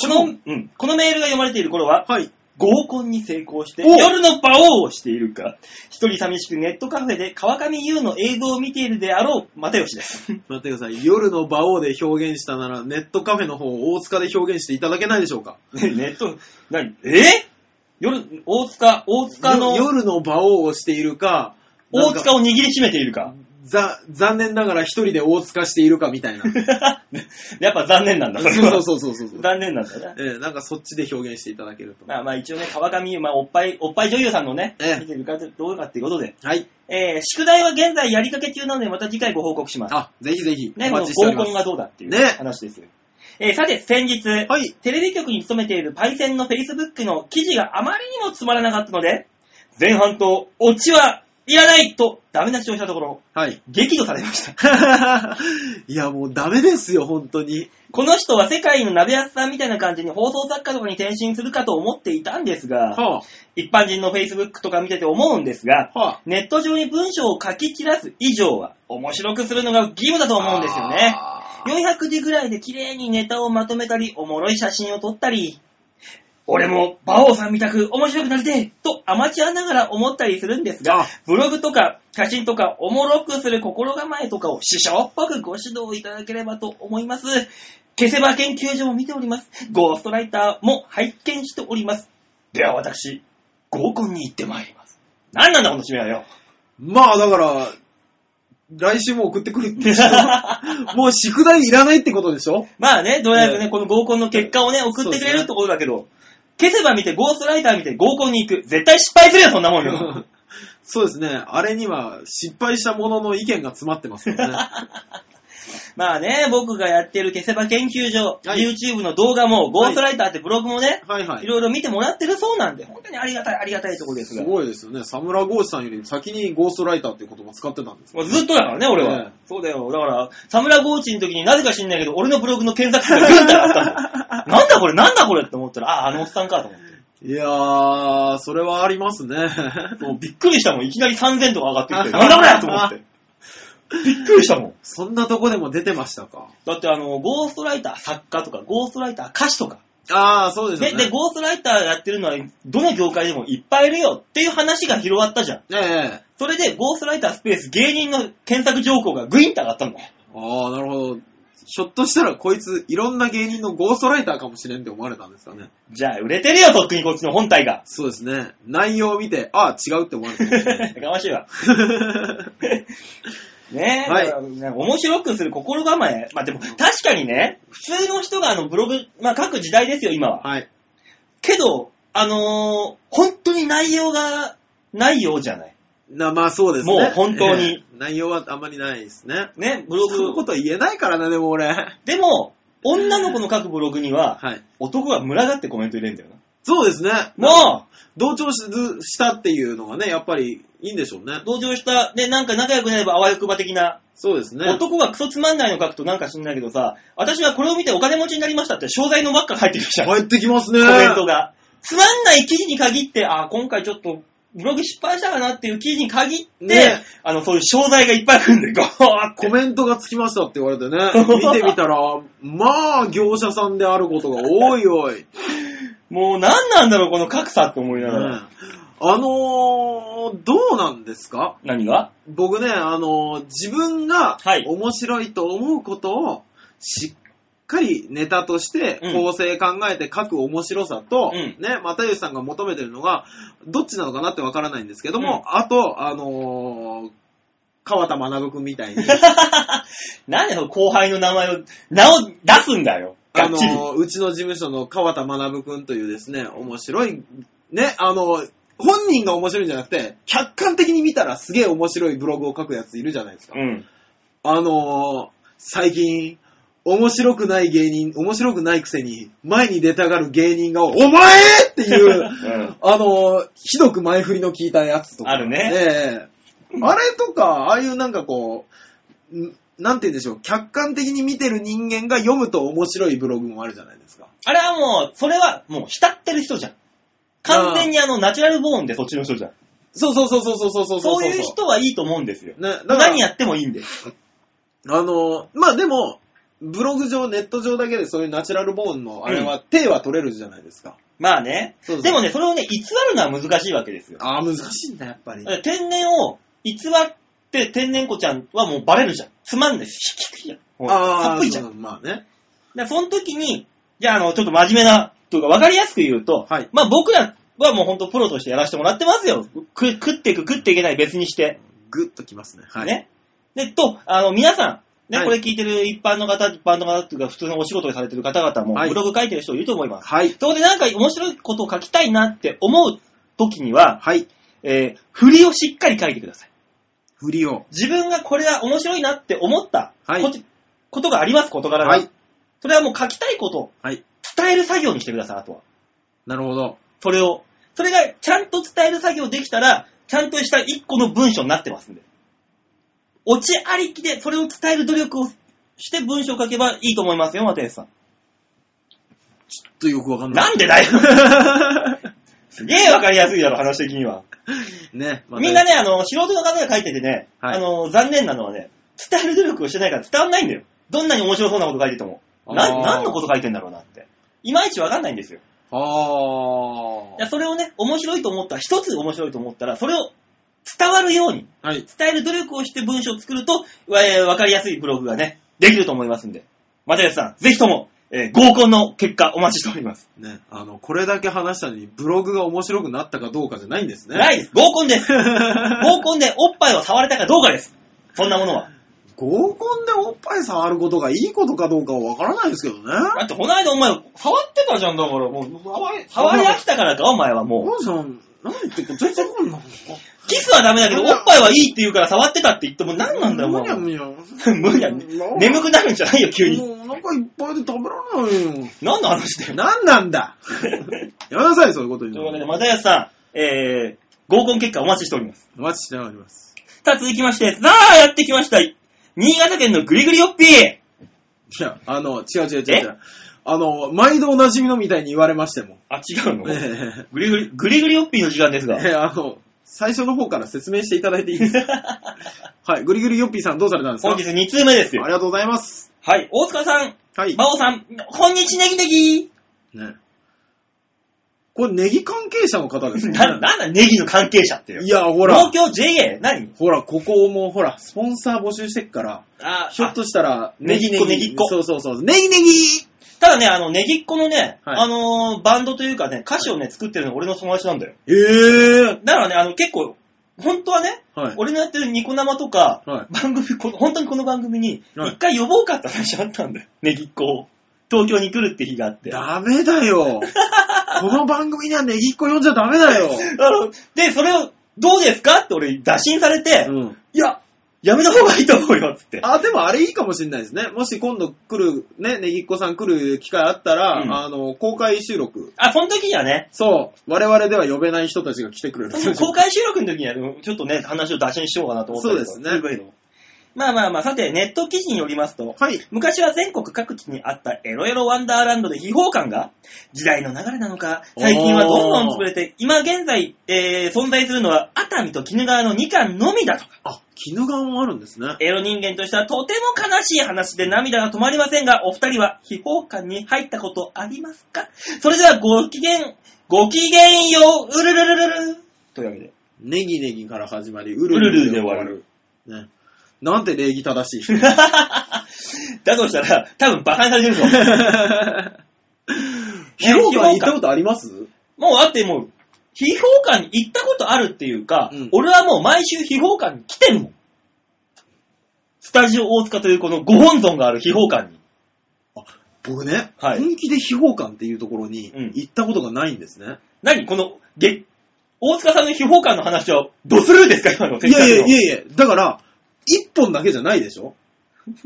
この、うん、このメールが読まれている頃は、はい。合コンに成功して、お夜の馬王をしているか、一人寂しくネットカフェで川上優の映像を見ているであろう、又吉 です。待ってください。夜の馬王で表現したなら、ネットカフェの方を大塚で表現していただけないでしょうかねネット、なに、えー夜、大塚、大塚よの、夜の馬王をしているか、大なんか塚を握りしめているか。ざ残念ながら一人で大塚しているかみ たいな。そうやっぱ残念なんだ、それはそうそうそうそうそう。残念なんだな。ええなんかそっちで表現していただけると。まあまあ一応ね、川上、まあおっぱい、おっぱい女優さんのね、ええ見てるかどうかっていうことで、はい。えー、宿題は現在やりかけ中なので、また次回ご報告します。あ、ぜひぜひ。おね、この待ちしており合まコンす。がどうだっていうね話ですよ。えー、さて、先日、はい。テレビ局に勤めているパイセンの Facebook の記事があまりにもつまらなかったので、前半とオチはいらないとダメ出しをしたところ、はい。激怒されました。い や、もうダメですよ、本当に。この人は世界の鍋安さんみたいな感じに放送作家とかに転身するかと思っていたんですが、は一般人の Facebook とか見てて思うんですが、あ。はネット上に文章を書き散らす以上は面白くするのが義務だとあ。思うんですよね。あー。 400字ぐらいで綺麗にネタをまとめたり、おもろい写真を撮ったり、俺も馬王さんみたく面白くなりてえとアマチュアながら思ったりするんですが、あブログとか写真とかおもろくする心構えとかを師匠っぽくご指導いただければと思います。消せば研究所も見ております。ゴーストライターも拝見しております。では私、合コンに行ってまいります。何なんだこの締めは よ。まあ、だから、来週も送ってくる ってしょもう宿題いらないってことでしょまあね、どうやらね、ねこの合コンの結果をね、送ってくれるってことだけど、消せば見て、ゴーストライター見て、合コンに行く。絶対失敗するよ、そんなもんよ。 そうですね。あれには失敗したものの意見が詰まってますよ ね。まあね、僕がやってる消せば研究所、はい YouTube の動画も、ゴーストライターってブログもね、、はいはいい。ろいろ見てもらってるそうなんで、本当にありがたい、ありがたいところですすが。ごいですよね。サムラゴーシさんより先にゴーストライターっていう言葉使ってたんです。もうずっとだからね、俺は。ええそうだよ。だから、サムラゴーチの時になぜか知んないけど、俺のブログの検索数がぐんと上がった のなんだこれ、なんだこれって思ったら、ああ、あのおっさんかと思って。いやー、それはありますね。もうびっくりしたもん。いきなり3000とか上がってきて、なんだこれと思って。びっくりしたもん。 そんなとこでも出てましたか。だってあの、ゴーストライター作家とか、ゴーストライター歌手とか。あー、そうですで、よね。で、ゴーストライターやってるのは、どの業界でもいっぱいいるよっていう話が広がったじゃん。ええそれで、ゴーストライタースペース芸人の検索情報がグインと上がったんだよ。ああ、なるほど。ひょっとしたらこいつ、いろんな芸人のゴーストライターかもしれんって思われたんですかね。じゃあ、売れてるよ、とっくにこっちの本体 が。そうですね。内容を見て、ああ、違うって思われたかもしれやかましいわ。ない。ねえ、はいだからね面白くする心構え。まあでも、確かにね、普通の人があのブログ、まあ書く時代ですよ、今は。 はい。けど、あのー本当に内容がないようじゃない。な、まあそうですね。もう本当にええ。内容はあんまりないですね。ね、ブロそのこグ。と言えないからな、でも俺。はでも、女の子の書くブログには、い。男が群がってコメント入れるんだよそうですね。な。も同調ししたっていうのがね、やっぱりいいんでしょうねう、。同情した、で、なんか仲良くなればあわよくば的な、そうですね。男がクソつまんないの書くとなんか知んないけどさ、私はこれを見てお金持ちになりましたって、商材のばっか入ってきました。入ってきますね。コメントが。つまんない記事に限って、あー、今回ちょっと、ブログ失敗したかなっていう記事に限って、ねあの、そういう商材がいっぱい来るんで、ゴーってコ。メントがつきましたって言われて ね、見てみたら、まあ、業者さんであることが多いおい。もう何なんだろう、この格差って思いうんながら。あのー、どうなんですか何が僕ね、あのー、自分がはい面白いと思うことを、しっかりネタとしてうん構成考えて書く面白さと、うんね、又吉さんが求めてるのが、どっちなのかなってわからないんですけども、あと、あのー、川田学君みたい に、何で後輩の名前を、名を出すんだよ。があっちり。の、うちの事務所の川田学くんというですね、面白い、ね、あの、本人が面白いんじゃなくて、客観的に見たらすげえ面白いブログを書くやついるじゃないですか。うん。あの最近、面白くない芸人、面白くないくせに、前に出たがる芸人が、お前っていう、 うん。あのひどく前振りの聞いたやつとか。あるねええあれとか、ああいうなんかこう、んなんて言うんでしょう、客観的に見てる人間が読むと面白いブログもあるじゃないですか。あれはもう、それはもう浸ってる人じゃん。完全にあの、ナチュラルボーンでそっちの人じゃん。そうそうそうそうそうそうそそうう。いう人はいいと思うんですよ。ね、だから、何やってもいいんです。あの、まあでも、ブログ上、ネット上だけでそういうナチュラルボーンのあれは、手は取れるじゃないですか。まあね。そうそうでもね、それをね、偽るのは難しいわけですよ。ああ、難しいんだ、やっぱり。天然を偽って天然子ちゃんはもうバレるじゃん。つまんないし、引きじゃん。もうあたあ、っぷりじゃん。そだかうまあね。らその時に、じゃあ、あの、ちょっと真面目な、というか分かりやすく言うと、はいまあ僕らはもう本当プロとしてやらせてもらってますよ。く食っていく、食っていけない別にして。ぐっときますね。はい。ね。で、と、あの、皆さん、ね、はいこれ聞いてる一般の方、一般の方っていうか普通のお仕事をされてる方々も、はいブログ書いてる人いると思います。はい。そこでなんか面白いことを書きたいなって思う時には、はい。えー振りをしっかり書いてください。振りを。自分がこれは面白いなって思ったこ,、はいことがあります、事柄が。はい。それはもう書きたいことをはい。伝える作業にしてください、あとは。なるほど。それを。それがちゃんと伝える作業できたら、ちゃんとした一個の文章になってますんで。落ちありきでそれを伝える努力をして文章を書けばいいと思いますよ、マテンさん。ちょっとよくわかんない。なんでだよ すげえわかりやすいだろ、話的には。ね。またみんなね、あの、素人の方が書いててね、はいあの、残念なのはね、伝える努力をしてないから伝わんないんだよ。どんなに面白そうなこと書いてても。なあー何のこと書いてんだろうなって。いまいちわかんないんですよ。はだからそれをね、面白いと思ったら、一つ面白いと思ったら、それを伝わるように、あ。はい。伝える努力をして文章を作ると、えーわかりやすいブログがね、できると思いますんで。又吉さん、ぜひとも、えー合コンの結果お待ちしております。ね。あの、これだけ話したのに、ブログが面白くなったかどうかじゃないんですね。ないです。合コンです。合コンでおっぱいを触れたかどうかです。そんなものは。 合コンでおっぱい触ることがいいことかどうかはわからないですけどね。だってこの間お前、触ってたじゃん、だから。もう、触り飽きたからか、お前はもおさん、何言ってんか全然わかんない。う。キスはダメだけど、おっぱいはいいって言うから触ってたって言っても何なんだよ、おむに前ゃ。むにゃ。無理や。眠くなるんじゃないよ、急に。もうお腹いっぱいで食べられないよ。何の話だよ。何なん だやめなさい、そういうことと言いううわけで、の。またやさん、えー、合コン結果お待ちしております。お待ちしております。さあ、続きまして、さあ、やってきました。新潟県のぐりぐりおっぴー。いや、あの、違う違う違うえ違う。あの、毎度おなじみのみたいに言われまして も。あ、違うのええぐりぐり、ぐりぐりおっぴーの時間ですが。ええあの、最初の方から説明していただいていいですかはい、ぐりぐりよっぴーさんどうされたんですか 本日2通目ですありよ。がとうございます。はい、大塚さん、はい。馬王さん、こんにちはネギネギ。ね、これネギ関係者の方ですね。な、なんだネギの関係者ってよ い。や、ほら東、京 JA? 何ほら、ここもほら、スポンサー募集してっから、あひょっとしたら、ネギっ子ネギっ子そうそうそう。ネギネギただね、あの、ネギっ子のね、はいあのーバンドというかね、歌詞をね、作ってるの俺の友達なんだよ。ええだからね、あの、結構、本当はね、はい。俺のやってるニコ生とか、は番組、こ本当にこの番組に、はい一回呼ぼうかって話あったんだよ。ネギっ子を。東京に来るって日があって。ダメだ よ。この番組にはネギっ子呼んじゃダメだよ。あので、それを、どうですかって俺、打診されて、うん。いや、やめた方がいいと思うよ、つって。あ、でもあれいいかもしれないですね。もし今度来る、ね、ネギっ子さん来る機会あったら、うんあの、公開収録。あ、その時にはね、そう。我々では呼べない人たちが来てくれる。公開収録の時には、ちょっとね、話を打診しようかなと思ったけどそうですねごいのまあまあまあ、さて、ネット記事によりますと、はい。昔は全国各地にあったエロエロワンダーランドで秘宝感が時代の流れなのか、最近はどんどん潰れて、今現在、えー存在するのは熱海と鬼怒川の2巻のみだと。あ、絹川もあるんですね。エロ人間としてはとても悲しい話で涙が止まりませんが、お二人は秘宝館に入ったことありますかそれではごきげん、ごきげんよう、うるるるるる。というわけで。ネギネギから始まり、ううるるるるるでで終終わわるる。。ね。なんて礼儀正 しい。だとしたら、多分バカにされてるぞ。 疲労感行ったことありますもうだってもう、秘宝館に行ったことあるっていうか、うん俺はもう毎週秘宝館に来てるもん。スタジオ大塚というこのご本尊がある秘宝館に。僕ね、はい本気で秘宝館っていうところにうん行ったことがないんですね。何この、げ、大塚さんの秘宝館の話はドスルーですか今のいやいやいや。やいや、だから、一本だけじゃないでしょ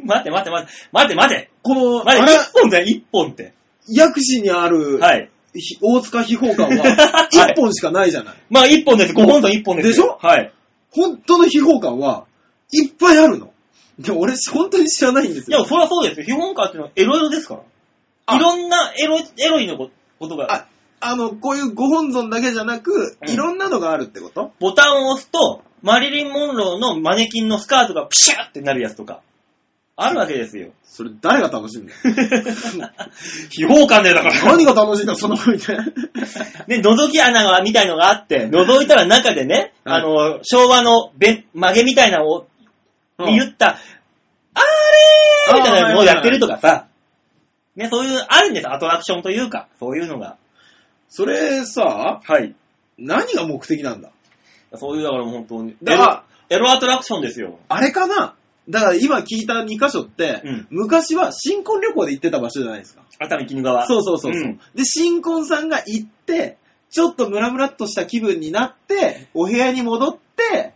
待って待って待って、待って待って。この、あ待っらて、、一本だよ、一本って。薬師にある、はい。、ひ大塚秘宝館は 一本しかないじゃない。まあ一本です。ご本尊一本ですよ。でしょはい。本当の秘宝館は、いっぱいあるの。でも俺、本当に知らないんですいや、よ。そりゃそうですよ。秘宝館っていうのはエロエロですから。あいろんなエロ、エロいのこことが。あ、あの、こういうご本尊だけじゃなく、うんいろんなのがあるってことボタンを押すと、マリリン・モンローのマネキンのスカートがプシャーってなるやつとか、あるわけで すよ。それ、誰が楽しいんだよ。 秘宝感だよ、だから。何が楽しいんだ、そのみたいな。 ね、覗き穴がみたいのがあって、覗いたら中でね、はあいの、昭和のべ曲げみたいなのをうん言った、あれーみたいなのをやってるとかさ、ね、そういう、あるんです、アトラクションというか、そういうのが。それさ、はい。何が目的なんだそういう、だからもう本当に。だからエロエロアトラクションですよ。あれかなだから今聞いた2箇所って、うん昔は新婚旅行で行ってた場所じゃないですか。熱海鬼怒川。そうそうそうそう、うんで、新婚さんが行って、ちょっとムラムラっとした気分になって、お部屋に戻って、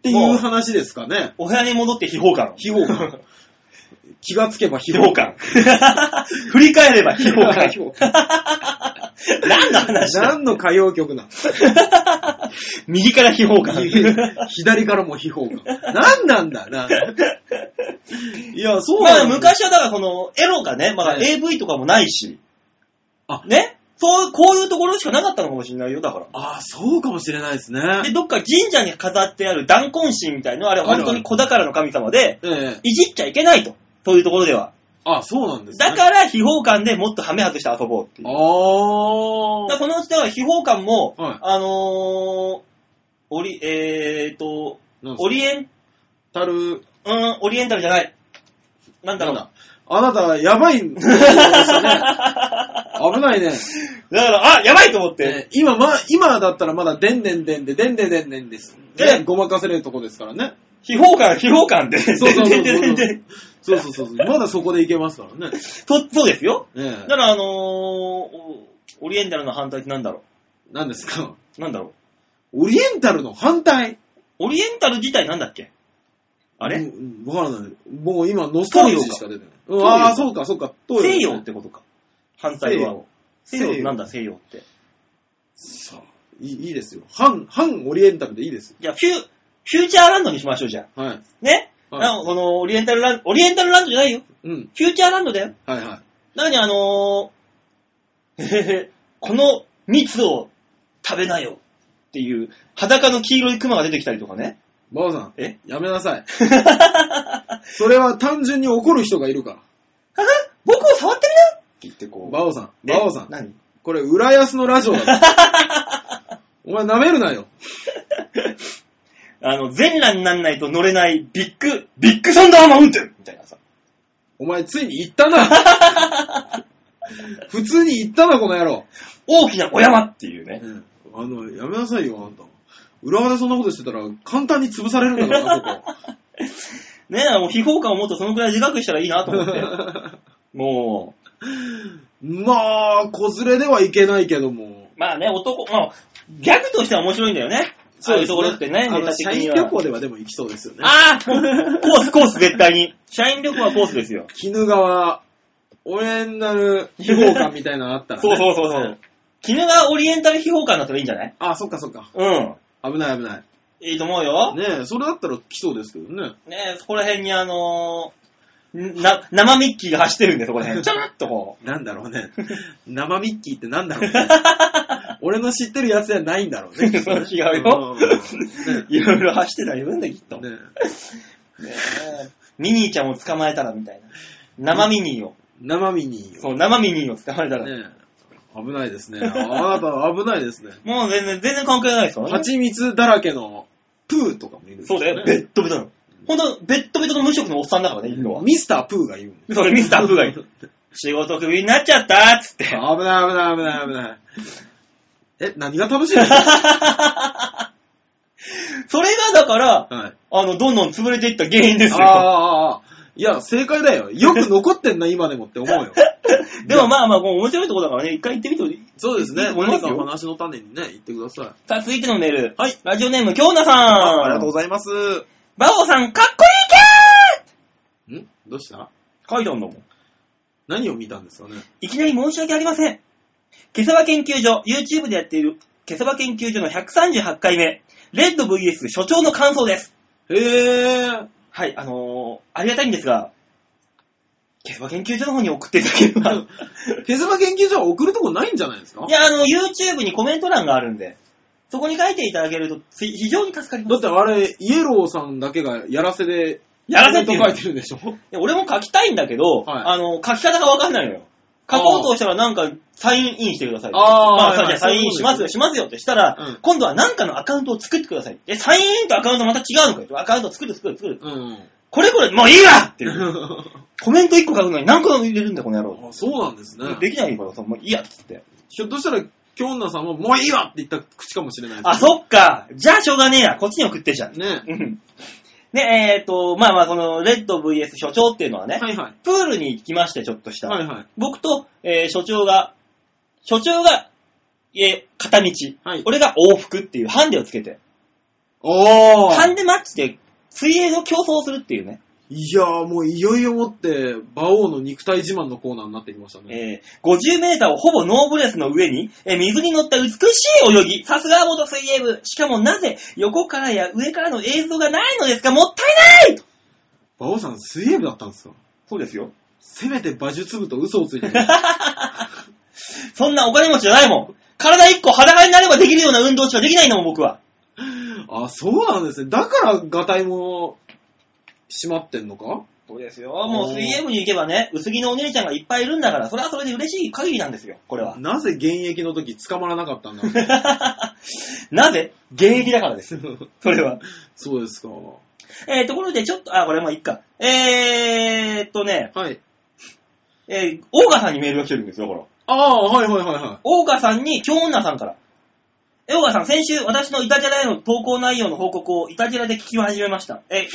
っていもうう話ですかね。お部屋に戻って秘宝感。秘宝 感。気がつけば秘秘宝宝感。 振り返れば 秘宝 感。何の話だ何の歌謡曲な右から秘宝感。 の左からも秘宝感。何なんだな。いや、そうまなあんだ昔はだからそのエロがね、まあはい AV とかもないし、あね、そう、こういうところしかなかったのかもしれないよ、だかああ、そうかもしれないですね。ら。で、どっか神社に飾ってある断魂神みたいの、あれは本当に子宝の神様で、ええいじっちゃいけないと。そういうところでは。あ、そうなんですね。だから、秘宝館でもっとハメ外して遊ぼうっていう。あだからー。このうち、だから秘宝館も、はいあのー、オリ、えーと、なんですオかリエン、タル、うん、オリエンタルじゃない。なんだなろんう。だ。あなた、やばい、ね、 危ないね。だから、あ、やばいと思って。ね今、ま、今だったらまだ、でんでんでんで、でんでんでんでんです。ええで、ごまかせれるとこですからね。秘宝感、秘宝感で。そうそうそう全然全然そうそうそうそう。まだそこでいけますからね。そそうですよ。ねだから、あのー、おオリエンタルの反対ってなんだろ何ですかうなんだろオリエンタルの反対うオリエンタル自体なんだっけあれうんわからない。もう今、ノスタルジーしか出てない。洋うんかああ、そうか、そうか。東洋西洋ってことか。反対は。西西洋洋ってなんだ西洋って。さあいいいいですよ。反、反オリエンタルでいいですよ。じゃあ、フュー、フューチャーランドにしましょう、じゃはい。あ。ね、はいなこの、オリエンタルランド、オリエンタルランドじゃないよ。うん。フューチャーランドだよ。はいはい。なのに、あのー、え へへこの蜜を食べなよっていう、裸の黄色いクマが出てきたりとかね。バオさん。 えやめなさい。それは単純に怒る人がいるから。僕を触ってみなって言ってこう。バオさん。ねバオさん。何これ、浦安のラジオだぞ。お前舐めるなよ。あの、全裸になんないと乗れないビッグ、ビッグサンダーマウンテンみたいなさ。お前ついに行ったな。普通に行ったな、この野郎。大きなお山っていうね。あの、やめなさいよ、あんた。裏側でそんなことしてたら、簡単に潰されるんだから、ここ。ねえ、もう非効果をもっとそのくらい自覚したらいいなと 思って。もまあ、子連れではいけないけども。う、まあね、男、まあ、ギャグとしては面白いんだよね。そういうところってね、あネのタ的社に員は。旅行ではでも行きそうですよね。ああもうコース、コース、絶対に。社員旅行はコースですよ。鬼怒川、オレンダル秘宝館みたいなのあったら、ね。そうそうそうそう。絹がオリエンタル秘宝館だったらいいんじゃないあ、そっかそっか。うん。危ない危ない。いいと思うよ。ねえ、それだったら来そうですけどね。ねえ、そこら辺にあのーんな、生ミッキーが走ってるんで、そこら辺。ちょろっとこなんだろう ね。生ミッキーってなんだろうね。俺の知ってるやつじゃないんだろうね。う。 そう違うよ。いろいろ走ってたらいるんだよ、きっと。ねねえミニーちゃんを捕まえたら、みたいな。生ミニーを。生ミニーよ。そう、生ミニーを捕まえたら。ねえ危ないですね。あなた危ないですね。もう全然、全然関係ないですよね。蜂蜜だらけのプーとかもいるんですそうだよ、ベッドベトなの。ほんと、ベッドベトの無職のおっさんだからね、いるのは。ミスタープーが言うん それミスタープーがいる。仕事クビになっちゃったーっつって危。ない危ない危ない危ない。え、何が楽しい のは それがだから、い。あの、どんどん潰れていった原因ですああよ。ああ、ああ。いや、正解だよ。よく残ってんな、今でもって思うよ。 でもまあまあ、もう面白いところだからね、一回行ってみてほしい。そうですね。思いま何すかよお話の種にね、言ってください。さあ、続いてのメール。はい。ラジオネーム、京奈あさん。ありがとうございます。バオさん、かっこんどうしたいいけー書いてあんだもん。何を見たんですかねいきなり申し訳ありません。ケサバ研究所、YouTube でやっているケサバ研究所の138回目、レッド VS 所長の感想です。へえ。はい、あのー、ありがたいんですが、ケサバ研究所の方に送っていただければ。手狭研究所は送るとこないんじゃないですかいや、あの、YouTube にコメント欄があるんで、そこに書いていただけると、つい非常に助かりまだっす。てあれ、イエローさんだけがやらせで、やらせってコいメうンのト書いてるんでしょ いや俺も書きたいんだけど、はいあの、書き方がわかんないのよ。書こうとしたらなんか、サインインしてください。あーまはいあ、じはゃあいサインインしますよ、しますよってしたら、うん今度はなんかのアカウントを作ってください。え、サインインとアカウントまた違うのかよ。アカウント作る、作る、作る。うん。これこれ、もういいわ っていう。コメント1個書くのに何個入れるんだ、この野郎。あそうなんですね。できないからさ、もういいやっつって。ひょっとしたら、京奈さんはもういいわって言った口かもしれないですあ、そっか。じゃあしょうがねえや。こっちに送ってじゃん。ね。うん。ね、えっ、と、まあまあ、この、レッド VS 所長っていうのはね、はいはい。プールに行きまして、ちょっとした。はいはい。僕と、えー所長が、所長が、えー片道、はい俺が往復っていうハンデをつけて、おハンーデマッチで水泳の競争をするっていうね、いやーもういよいよもって、馬王の肉体自慢のコーナーになってきましたね。えー50メーターをほぼノーブレスの上に、えー水に乗った美しい泳ぎ、さすがは元水泳部、しかもなぜ横からや上からの映像がないのですか、もったいないと馬王さん、水泳部だったんですかそうですよ。せめて馬術部と嘘をつい てる。そんなお金持ちじゃないもん。体一個裸になればできるような運動しかできないんだもん、僕は。あ、そうなんですね。だから、ガタイも、閉まってんのかそうですよ。もう水泳部に行けばね、薄着のお姉ちゃんがいっぱいいるんだから、それはそれで嬉しい限りなんですよ、これは。なぜ現役の時捕まらなかったんだろうなぜ現役だからです。それは。そうですか。えー、ところでちょっと、あ、これもういっか。えーっとね、はい。えー、オーガさんにメールが来てるんですよ、ほら。ああ、はいはいはいはオーガさんに、京女さんから。えオーガさん、先週、私のイタジェラへの投稿内容の報告をイタジェラで聞き始めました。え、い。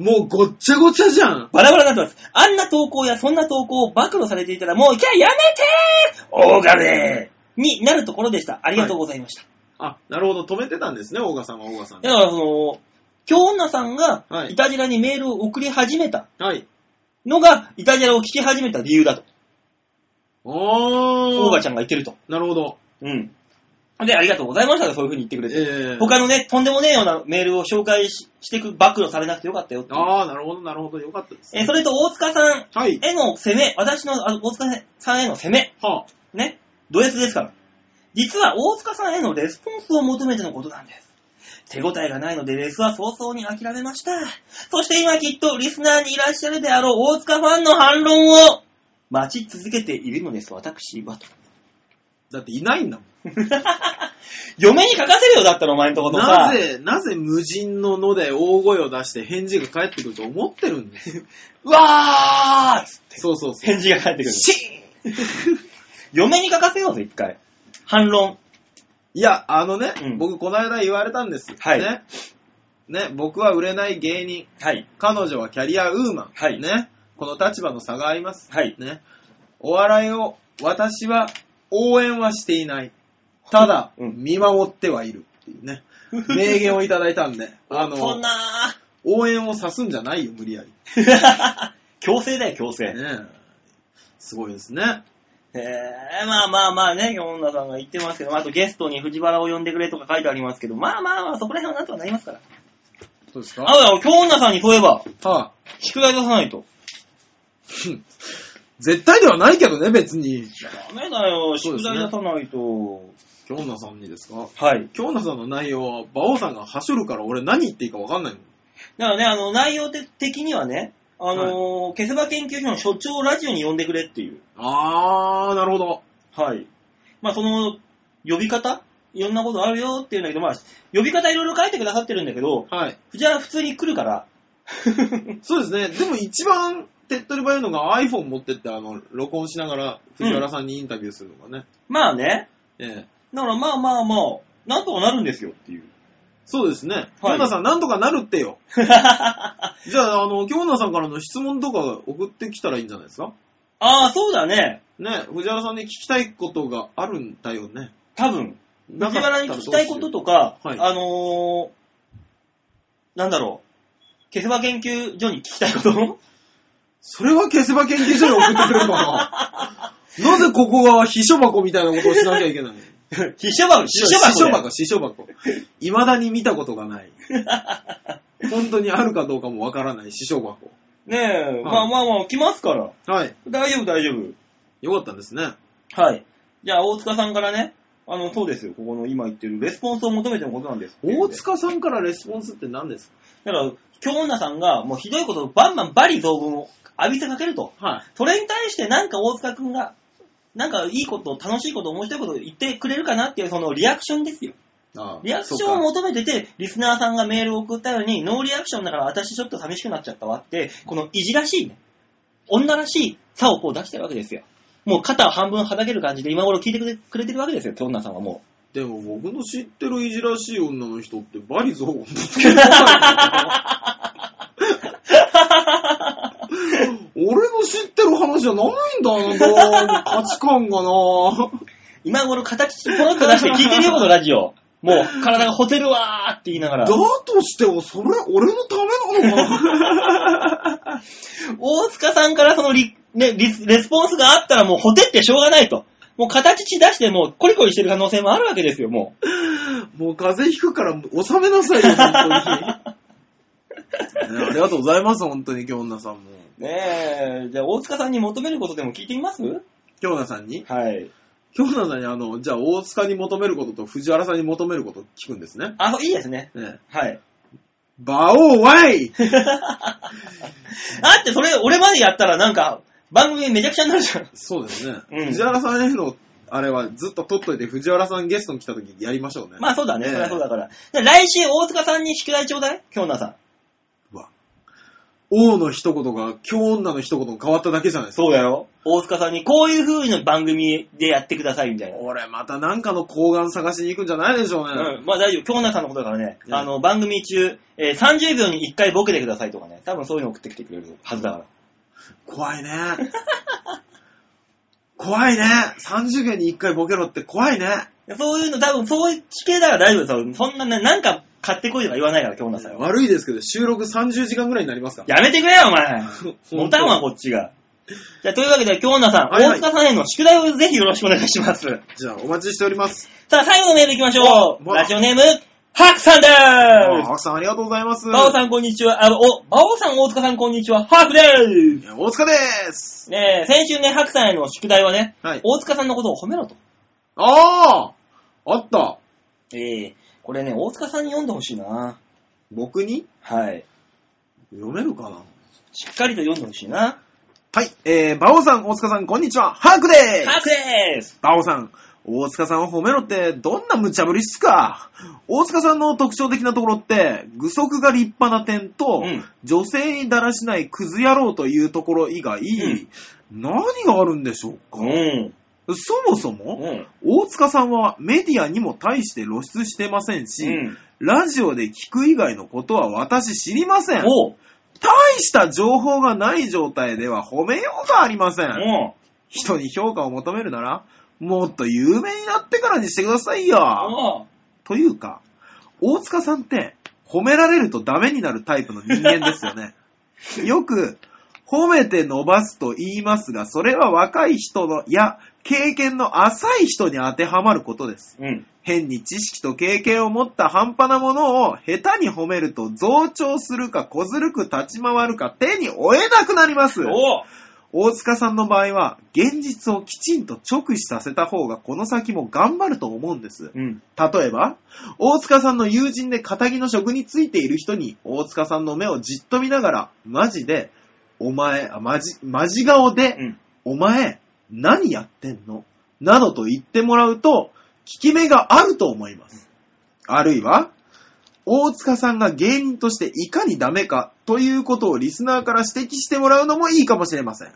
もうごっちゃごちゃじゃん。バラバラになってます。あんな投稿やそんな投稿を暴露されていたら、もう、いや、やめてーオーガでーになるところでした。ありがとうございました。あ、なるほど。止めてたんですね、オーガさんはオーガさんでだからその、京女さんがは、いイタジラにメールを送り始めたはい。のが、イタジラを聞き始めた理由だと。おー。オーガちゃゃんが言ってると。ん。なるほど。うん。で、ありがとうございましたと、そういう風に言ってくえれて。ー、他のね、とんでもねえようなメールを紹介ししてく、暴露されなくてよかったよっていうああ、なるほど、なるほど。よかったです。えーそれと、大塚さんはい。への攻め、私の、あの、大塚さんへの攻め、はあ。ね、ド S ですから。実は大塚さんへのレスポンスを求めてのことなんです。手応えがないのでレスは早々に諦めました。そして今きっとリスナーにいらっしゃるであろう大塚ファンの反論を待ち続けているのです、私は。と だっていないんだもん。嫁に書かせるよ、だったらお前のとことさ。なぜ、なぜ無人のので大声を出して返事が返ってくると思ってるんです ようわーっつってそうそうそう。返事が返ってくる。シーン 嫁に書かせようぜ、一回。反論。いや、あのね、うん僕この間言われたんです。はいね。ね、僕は売れない芸人。はい。彼女はキャリアウーマン。はいね。この立場の差があります。はい。ね。お笑いを、私は応援はしていない。ただ、うん見守ってはいるっていう ね。名言をいただいたんで、あそんの、な応援を指すんじゃないよ、無理やり。 ー。強制だよ、強制。ねすごいですね。えー、まあまあまあね、世の中さんが言ってますけど、まああとゲストに藤原を呼んでくれとか書いてありますけど、まあまあまあ、そこら辺はなんとかなりますから。そうですあ、だよ、今日女さんにそういえば、はあ、宿題出さないと。絶対ではないけどね、別に。ダメだよ、そうで宿すね題出さないと。京奈さんにですかはい。京奈さんの内容は、馬王さんがはしょるから俺何言っていいかわかんないもん。だからね、あの、内容的的にはね、あのー、ケセバ研究所の所長をラジオに呼んでくれっていう。あー、なるほど。はい。まあ、その、呼び方いろんなことあるよっていうんだけど、まあ、呼び方いろいろ書いてくださってるんだけど、はい。藤原普通に来る から。そうですね。でも一番手っ取り早いのが iPhone 持ってって、あの、録音しながら藤原さんにインタビューするのがね。まあね、ええ。だからまあまあまあ、なんとかなるんですよっていう。そうですね。京奈さん、なんとかなるって よ。あじゃあ、あの、京奈さんからの質問とか送ってきたらいいんじゃないですかあ、そうだね。ね、藤原さんに聞きたいことがあるんだよね。多分。な藤かったら原に聞きたいこととか、どうしようあのー、なんだろう。ケセバ研究所に聞きたい ことそれは消せば研究所に送ってくれるか ななぜここが秘書箱みたいなことをしなきゃいけないの秘書箱、秘書箱。秘書箱、秘書箱。未だに見たことが ない。本当にあるかどうかもわからない秘書箱。ねえ、まあまあまあ、来ますから。はい。大丈夫、大丈夫。よかったですね。はい。じゃあ、大塚さんからね、あの、そうですよ、ここの今言ってるレスポンスを求めてのことなんです。大塚さんからレスポンスって何ですだから、京女さんが、もうひどいことをバンバンバリ増分を浴びせかけると。かはい。それに対して、なんか大塚くんが、なんかいいこと、楽しいこと、面白いことを言ってくれるかなっていう、そのリアクションですよ。ああリアクションを求めてて、リスナーさんがメールを送ったように、ノーリアクションだから私ちょっと寂しくなっちゃったわって、このいじらしいね、女らしい差をこう出してるわけですよ。もう肩を半分はだける感じで今頃聞いてくれくれてるわけですよ、京女さんはもう。でも僕の知ってるいじらしい女の人ってバリ雑言ぶつけてないから。俺の知ってる話じゃないんだよな、価値観がな。今頃形ポロッと出して聞いてるよ、このラジオ。もう体がほてるわーって言いながだら。としても、それ俺のためなのかな大塚さんからそのリ,、ね、リスレスポンスがあったらもうほてってしょうがないと。もう形出してもうコリコリしてる可能性もあるわけですよ、もう。もう風邪ひくから収めなさいよ、本当に。ねありがとうございます、本当に、京女さんも。ねえ、じゃあ大塚さんに求めることでも聞いてみます京女さんにはい。京女さんに、あの、じゃあ大塚に求めることと藤原さんに求めること聞くんですね。あ、いいですね。ね はい。バオーワイだってそれ俺までやったらなんか番組めちゃくちゃになるじゃん。そうですね。うん藤原さんへの、あれはずっと取っといて、藤原さんゲストに来た時やりましょうね。 まあそうだね、ええそりゃそうだから。で来週大塚さんに宿題ちょうだい京奈さん。王の一言が、京女の一言に変わっただけじゃないですか。そうだよ。大塚さんにこういう風な番組でやってくださいみたいな。俺、またなんかの睾丸探しに行くんじゃないでしょうね。うん、まあ大丈夫。京奈さんのことだからね、うんあの、番組中、えー30秒に1回ボケてくださいとかね、多分そういうの送ってきてくれるはずだから。怖いね。 怖いね。30秒に1回ボケろって怖いね。でそういうの、多分そういう地形だから大丈夫です。そんなね、なんか買ってこいとか言わないから、京奈さんは。悪いですけど、収録30時間ぐらいになりますから。。やめてくれよ、お前ボタンはこっちが。じゃあ、というわけで、京奈さん、はいはい大塚さんへの宿題をぜひよろしくお願いします。じゃあ、お待ちしております。さあ、最後のメール行きましょおう。まラジオネーム、ハクさんであーす。ハクさん、ありがとうございます。バオさん、こんにちは。あ、お、バオさん、大塚さん、こんにちは。ハクでーいす。や大塚でーす。ねえ、先週ね、白さんへの宿題はね、はい大塚さんのことを褒めろと。あああった。ええこれね、大塚さんに読んでほしいな。僕にはい。読めるかなしっかりと読んでほしいな。はい、えー、馬王さん、大塚さん、こんにちは。ハークですハークでーすバオさん、大塚さんを褒めろって、どんな無茶ぶりっすか大塚さんの特徴的なところって、具足が立派な点と、うん女性にだらしないクズ野郎というところ以外、何があるんでしょうか、うん。そもそも、うん。大塚さんはメディアにも対して露出してませんし、うんラジオで聞く以外のことは私知りません。おう。大した情報がない状態では褒めようがありません。おう。人に評価を求めるなら、もっと有名になってからにしてくださいよ。おう。というか、大塚さんって、褒められるとダメになるタイプの人間ですよ ね。よく、褒めて伸ばすと言いますが、それは若い人の、いや、経験の浅い人に当てはまることです。うん。変に知識と経験を持った半端なものを下手に褒めると増長するか小ずるく立ち回るか手に負えなくなります。おう。大塚さんの場合は、現実をきちんと直視させた方が、この先も頑張ると思うんです。うん。例えば、大塚さんの友人で仇の職についている人に、大塚さんの目をじっと見ながら、マジで、お前、あマジ、マジ顔で、うん。 お前、何やってんのなどと言ってもらうと、効き目があると思います。あるいは、大塚さんが芸人としていかにダメかということをリスナーから指摘してもらうのもいいかもしれません。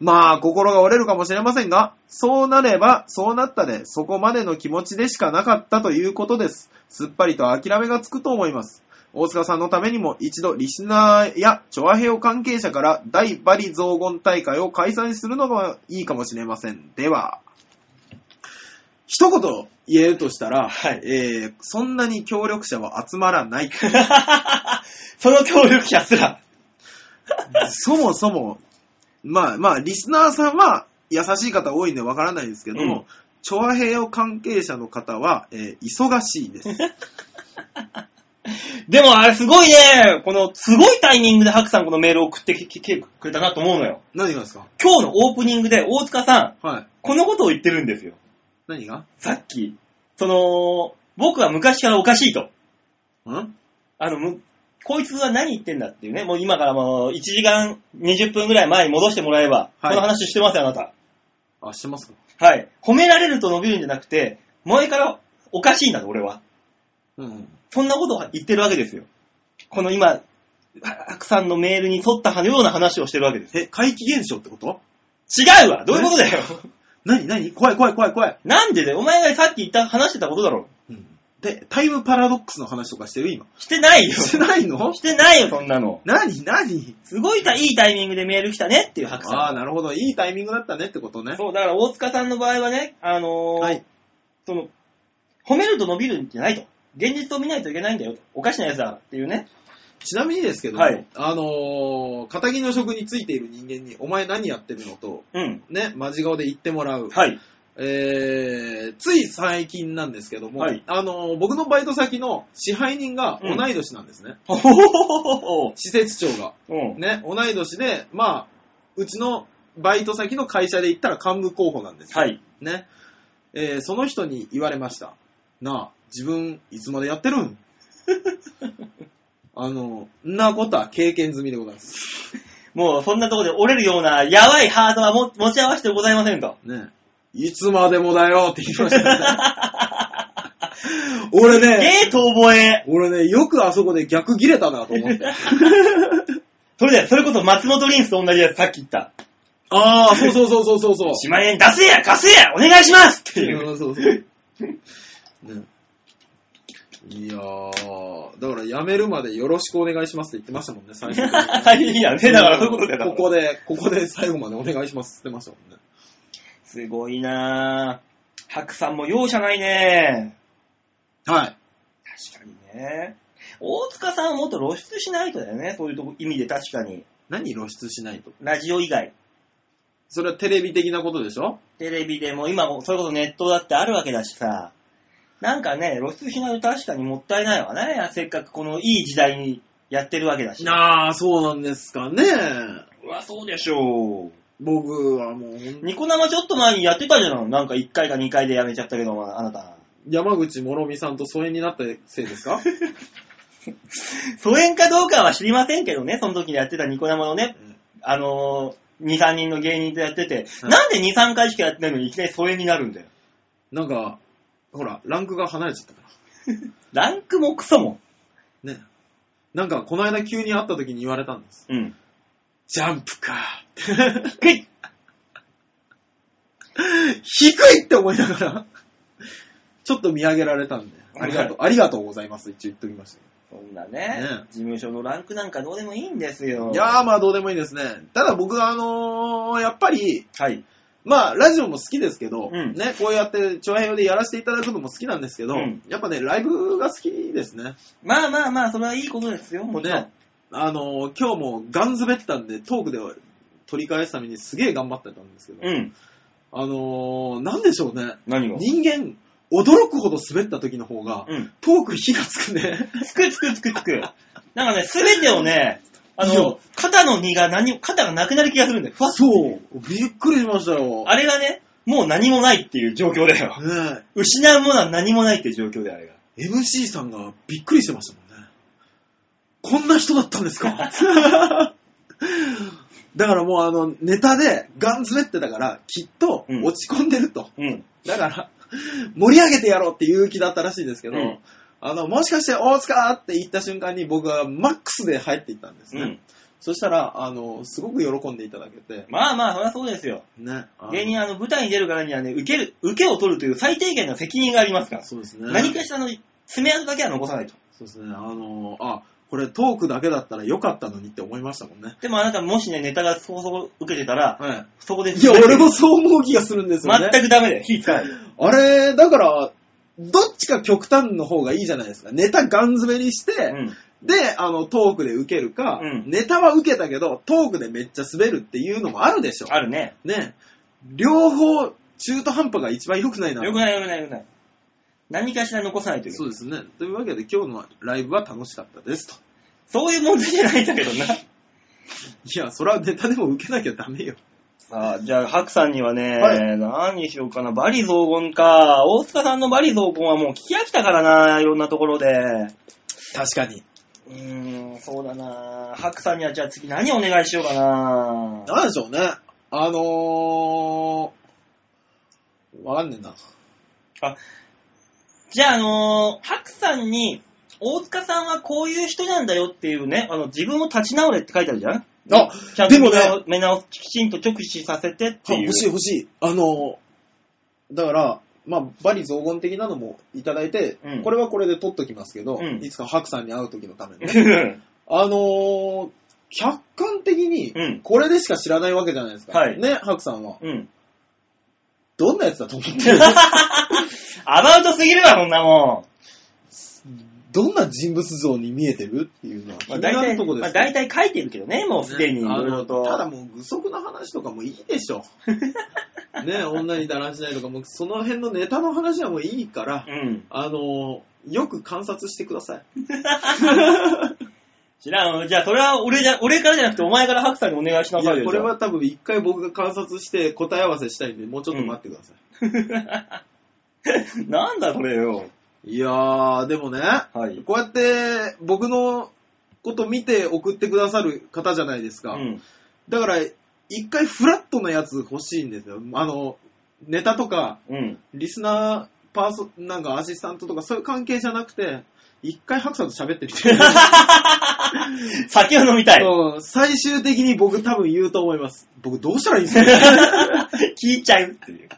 まあ、心が折れるかもしれませんが、そうなれば、そうなったで、そこまでの気持ちでしかなかったということです。すっぱりと諦めがつくと思います。大塚さんのためにも一度リスナーやチョアヘオ関係者から大バリ増言大会を開催するのがいいかもしれません。では、一言言えるとしたら、はいえーそんなに協力者は集まらない。 その協力者すら。そもそも、まあまあ、リスナーさんは優しい方多いんでわからないですけども、うんチョアヘオ関係者の方は、えー忙しいです。でもあれすごいね、このすごいタイミングでハクさんこのメールを送ってきききくれたなと思うのよ。 何がですか今日のオープニングで大塚さん、はい。このことを言ってるんですよ。何がさっき。その、僕は昔からおかしいと。んあの、むこいつは何言ってんだっていうね、もう今からもう1時間20分ぐらい前に戻してもらえば、はいこの話してますよ、あなた。あ、してますかはい。褒められると伸びるんじゃなくて、前からおかしいんだと、俺は。うん。そんなことを言ってるわけですよ。この今、たくさんのメールに沿ったような話をしてるわけです。え、怪奇現象ってこと違うわどういうこ とだよ何何怖い怖い怖い怖い。なんでだよお前がさっき言った、話してたことだろで、タイムパラドックスの話とかしてる今。し てないよししてないのてないよ、そんなの。何何すごいた、いいタイミングでメール来たねっていう白さん。ああ、なるほど。いいタイミングだったねってことね。そう、だから大塚さんの場合はね、あのーはい。その、褒めると伸びるんじゃないと。現実を見ないといけないんだよと。おかしなやつだっていうね。ちなみにですけど、はいあのー、仇の職についている人間に、お前何やってるのと、うん。ね、マジ顔で言ってもらう。はい。えー、つい最近なんですけども、はいあのー、僕のバイト先の支配人が同うんい年なんですね。ほほほほほ施設長が。うん。ね、同い年で、まあ、うちのバイト先の会社で言ったら幹部候補なんですよはい。ね、えーその人に言われました。なあ、自分、いつまでやってる んあの、んなことは経験済みでございます。もうそんなとこで折れるようなやばいハードはも持ち合わせてございませ んと。ね。いつまでもだよって言いました、 ね。俺ね、ゲート覚え。 俺ね、よくあそこで逆切れたなと思って。それだよ、それこそ松本リンスと同じやつ、さっき言った。ああ、そうそうそうそうそうそう。島根に出せや、貸せや、お願いしますっていう。うんそうそう。ね、いやー、だから辞めるまでよろしくお願いしますって言ってましたもんね、最初に。はい、いいやね。だからそういうことだよ。だからここで、ここで最後までお願いしますって言ってましたもんね。すごいなぁ。白さんも容赦ないねはい。確かにね。大塚さんはもっと露出しないとだよね。そういうとこ意味で確かに。何露出しないと。ラジオ以外。それはテレビ的なことでしょテレビでも今も、それこそネットだってあるわけだしさ。なんかね、露出しないと確かにもったいないわね。せっかくこのいい時代にやってるわけだし。ああ、そうなんですかね。うわ、そうでしょう。僕はもうほん、ニコ生ちょっと前にやってたじゃん。なんか1回か2回でやめちゃったけど、まああなた。山口もろみさんと疎遠になったせいです か疎遠かどうかは知りませんけどね、その時にやってたニコ生のね、あのー2、3人の芸人とやってて、うんなんで2、3回しかやってないのにいきなり疎遠になるんだよ。なんか、ほら、ランクが離れちゃったかランクもクソも。ら。ね。なんか、この間急に会った時に言われたんです。 うん。ジャンプかって。くい 低いって思いながら、ちょっと見上げられたんで、ありがとう、ありがとうございます。一応言っておきましたけそんなねね事務所のランクなんかどうでもいいんですよど。。いやー、まあどうでもいいですね。ただ僕はあのーやっぱり、はい。まあラジオも好きですけど、うんね、こうやって、長編用でやらせていただくのも好きなんですけど、うんやっぱね、ライブが好きですね。まあまあまあ、それはいいことですよ、もちろん。ねあのー今日もガンズベったんで、トークで取り返すためにすげえ頑張ってたんですけど、うん。あのーなんでしょうね。何を人間、驚くほど滑った時の方が、うん。トーク火がつくね。つくつくつくつく。なんかね、すべてをね、あいいのよ、肩の荷が何も、肩がなくなる気がするんだよ。ふわっそう。びっくりしましたよ。あれがね、もう何もないっていう状況だよ。ね失うものは何もないっていう状況であれが。え MC さんがびっくりしてましたもんね。こんな人だったんですか だからもうあの、ネタでガン詰めってたから、きっとうん落ち込んでると。うん。だから、盛り上げてやろうっていう気だったらしいんですけど、うんあの、もしかして大塚って言った瞬間に僕はマックスで入っていったんですうね。ん。そしたら、あの、すごく喜んでいただけて、まあまあ、そりゃそうですよ。ね。あの芸人、あの、舞台に出るからにはね、受ける、受けを取るという最低限の責任がありますから。そうですね。何かしらの爪痕だけは残さないと。そうですね。あのあ、これトークだけだったら良かったのにって思いましたもんね。でもあなたもしね、ネタがそこそこ受けてたら、はそこで、 い。いや、俺もそう思う気がするんですよね。全くダメだよ。火使わない。あれ、だから、どっちか極端の方がいいじゃないですか。ネタガン詰めにして、うん。で、あの、トークで受けるか、うんネタは受けたけど、トークでめっちゃ滑るっていうのもあるでしょ。あるね。ね。両方、中途半端が一番良くないな。よくないよくないよくない。何かしら残さないといけそなうい。ですね。というわけで今日のライブは楽しかったですと。そういう問題じゃないんだけどな。いや、それはネタでも受けなきゃダメよ。さあ、じゃあ、ハクさんにはね、は何にしようかな。バリ雑言か。大塚さんのバリ雑言はもう聞き飽きたからな、いろんなところで。確かに。うーん、そうだな。ハクさんにはじゃあ次何お願いしようかな。なんでしょうね。あのー、わかんねえな。じゃあ、あのーハクさんに、大塚さんはこういう人なんだよっていうね、あの、自分を立ち直れって書いてあるじゃんあちゃんとでも目ね直目直し、きちんと直視させてっていう。欲しい欲しい。あのー、だから、まあ、バリ雑言的なのもいただいて、うんこれはこれで取っときますけど、うんいつかハクさんに会う時のためにね。 うん あのー、客観的にう、ん。これでしか知らないわけじゃないですか。はいね、ハクさんは。うん。 どんなやつだと思ってるアバウトすぎるわ、そんなもどんな人物像に見えてるっていうのは気ん。まあ、に大な体、るとこでますあ、けど大体書いてるけどね、もうすでに、いねろいろあと。のただもう具足の話とかもいいでし ょ。ね、女にだらしないとか、もうその辺のネタの話はもういいから、うん。あの、よく観察してください。知らん。じゃあ、それは俺じゃ、俺からじゃなくて、お前からハクさんにお願いしないさいや、よ。これは多分一回僕が観察して答え合わせしたいんで、もうちょっと待ってください。じゃあ。なんだ、それよ。いやー、でもね、はい。こうやって僕のこと見て送ってくださる方じゃないですうか。ん。だから、一回フラットなやつ欲しいんですよ。あの、ネタとか、うん。リスナー、パーソ、なんかアシスタントとかそういう関係じゃなくて、一回白さんと喋ってみ て。酒を飲みたい。うん最終的に僕多分言うと思います。僕どうしたらいいんですか聞いちゃうっていう。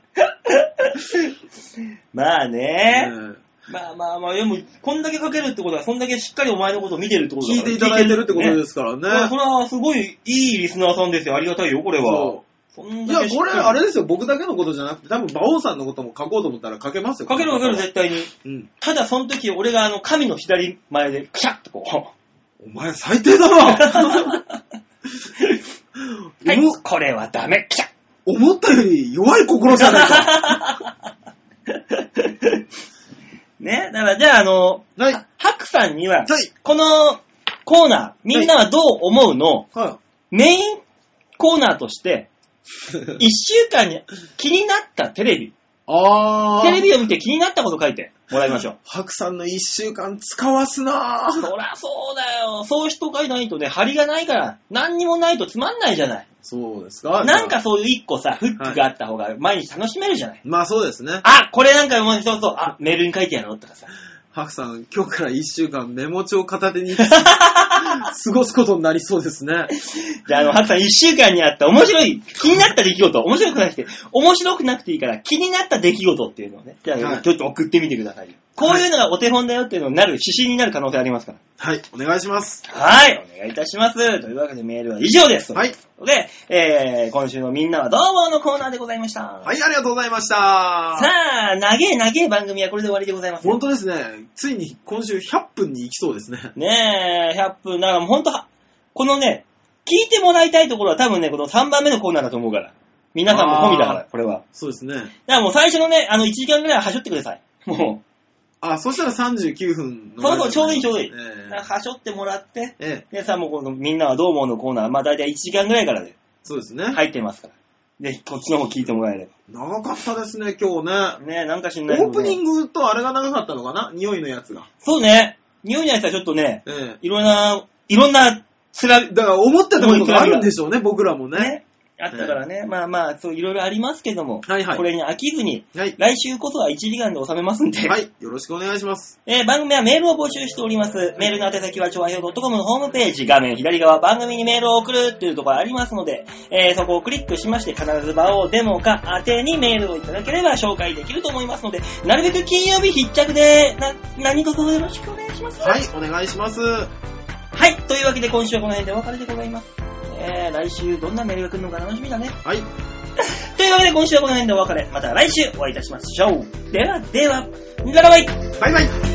まあね。うんまあまあまあ、でも、こんだけ書けるってことは、そんだけしっかりお前のことを見てるってことだ聞いからていただいてるってことねですからまあこね。れはすごいいいリスナーさんですよ。ありがたいよ、これは。そそんう。いだけや、しっこかりれ、あれですよ。僕だけのことじゃなくて、多分、馬王さんのことも書こうと思ったら書けますよ。かけるかける、絶対に。うん。ただ、その時、俺があの、神の左前で、クシャッと こお前最低 だなう。はい思、これはダメ、クシャッ思ったより弱い心じゃない か。ね、だから、じゃあ、あの、はい。ハクさんには、はい。このコーナー、みんなはどう思うの、はメインコーナーとして、い。一週間に気になったテレビ。あー。テレビを見て気になったこと書いて。もらいましょう。白さんの一週間使わすなぁ。そりゃそうだよ。そういう人がいないとね、張りがないから、何にもないとつまんないじゃない。そうですかなんか、そういう一個さ、フックがあった方が毎日楽しめるじゃない。まあそうですね。あ、これなんかもうそうそう、あ、メールに書いてやろうとかさ。白さん、今日から一週間メモ帳片 手に過ごすことになりそうですね。じゃあ、あの、ハクさん一週間にあった面白い、気になった出来事、面白くなくて、面白くなくていいから、気になった出来事っていうのをね、じゃあ、はいちょっと送ってみてくださいよ。こういうのがお手本だよっていうのになる、指針になる可能性ありますから。はい、お願いします。はい、お願いいたします。というわけでメールは以上です。はい。ということで、えー、今週のみんなはどうものコーナーでございました。。はいい、ありがとうございました。さあ、長え長え番組はこれで終わりでございます。本当ですね。ついに今週100分に行きそうですね。ねえ、100分、だからもう本当は、このね、聞いてもらいたいところは多分ね、この3番目のコーナーだと思うから。皆さんも込みだから、これは。そうですね。だからもう最初のね、あの1時間ぐらいははしょってください。もあ、そしたら39分のそうそうちょうどいいちょうどいいえう、えはしょってもらって、ええ、でさ、もうこのみんなはどう思うのコーナー、まあ大体1時間ぐらいからでそうですね。入ってますから。ぜひこっちの方聞いてもらえれ長かったですね、今日ば。ね。ねえ、なんか知んないけオどープねニングとあれが長かったのかな匂いのやつが。そうね。匂いのやつはちょっとね、えいろんな、いろんな、つら、え。だから思ってたことがあるんでしょうね、僕らもね。ね、あったからね、まあまあ、そういろいろありますけども、はいはいこれに飽きずに、はい。来週こそは1時間で収めますんで、はい、よろしくお願いします。えー番組はメールを募集しております。メールの宛先は、超愛表 .com のホームページ、画面左側、番組にメールを送るっていうところありますので、えーそこをクリックしまして、必ず場をデモか宛てにメールをいただければ紹介できると思いますので、なるべく金曜日必着で、な、何卒よろしくお願いします。はい、お願いします。はい、というわけで今週はこの辺でお別れでございます。えー、来週どんなメールが来るのか楽しみだね。はい、というわけで今週はこの辺でお別れ。また来週お会いいたしましょう。ではでは、ララバイバイバイ。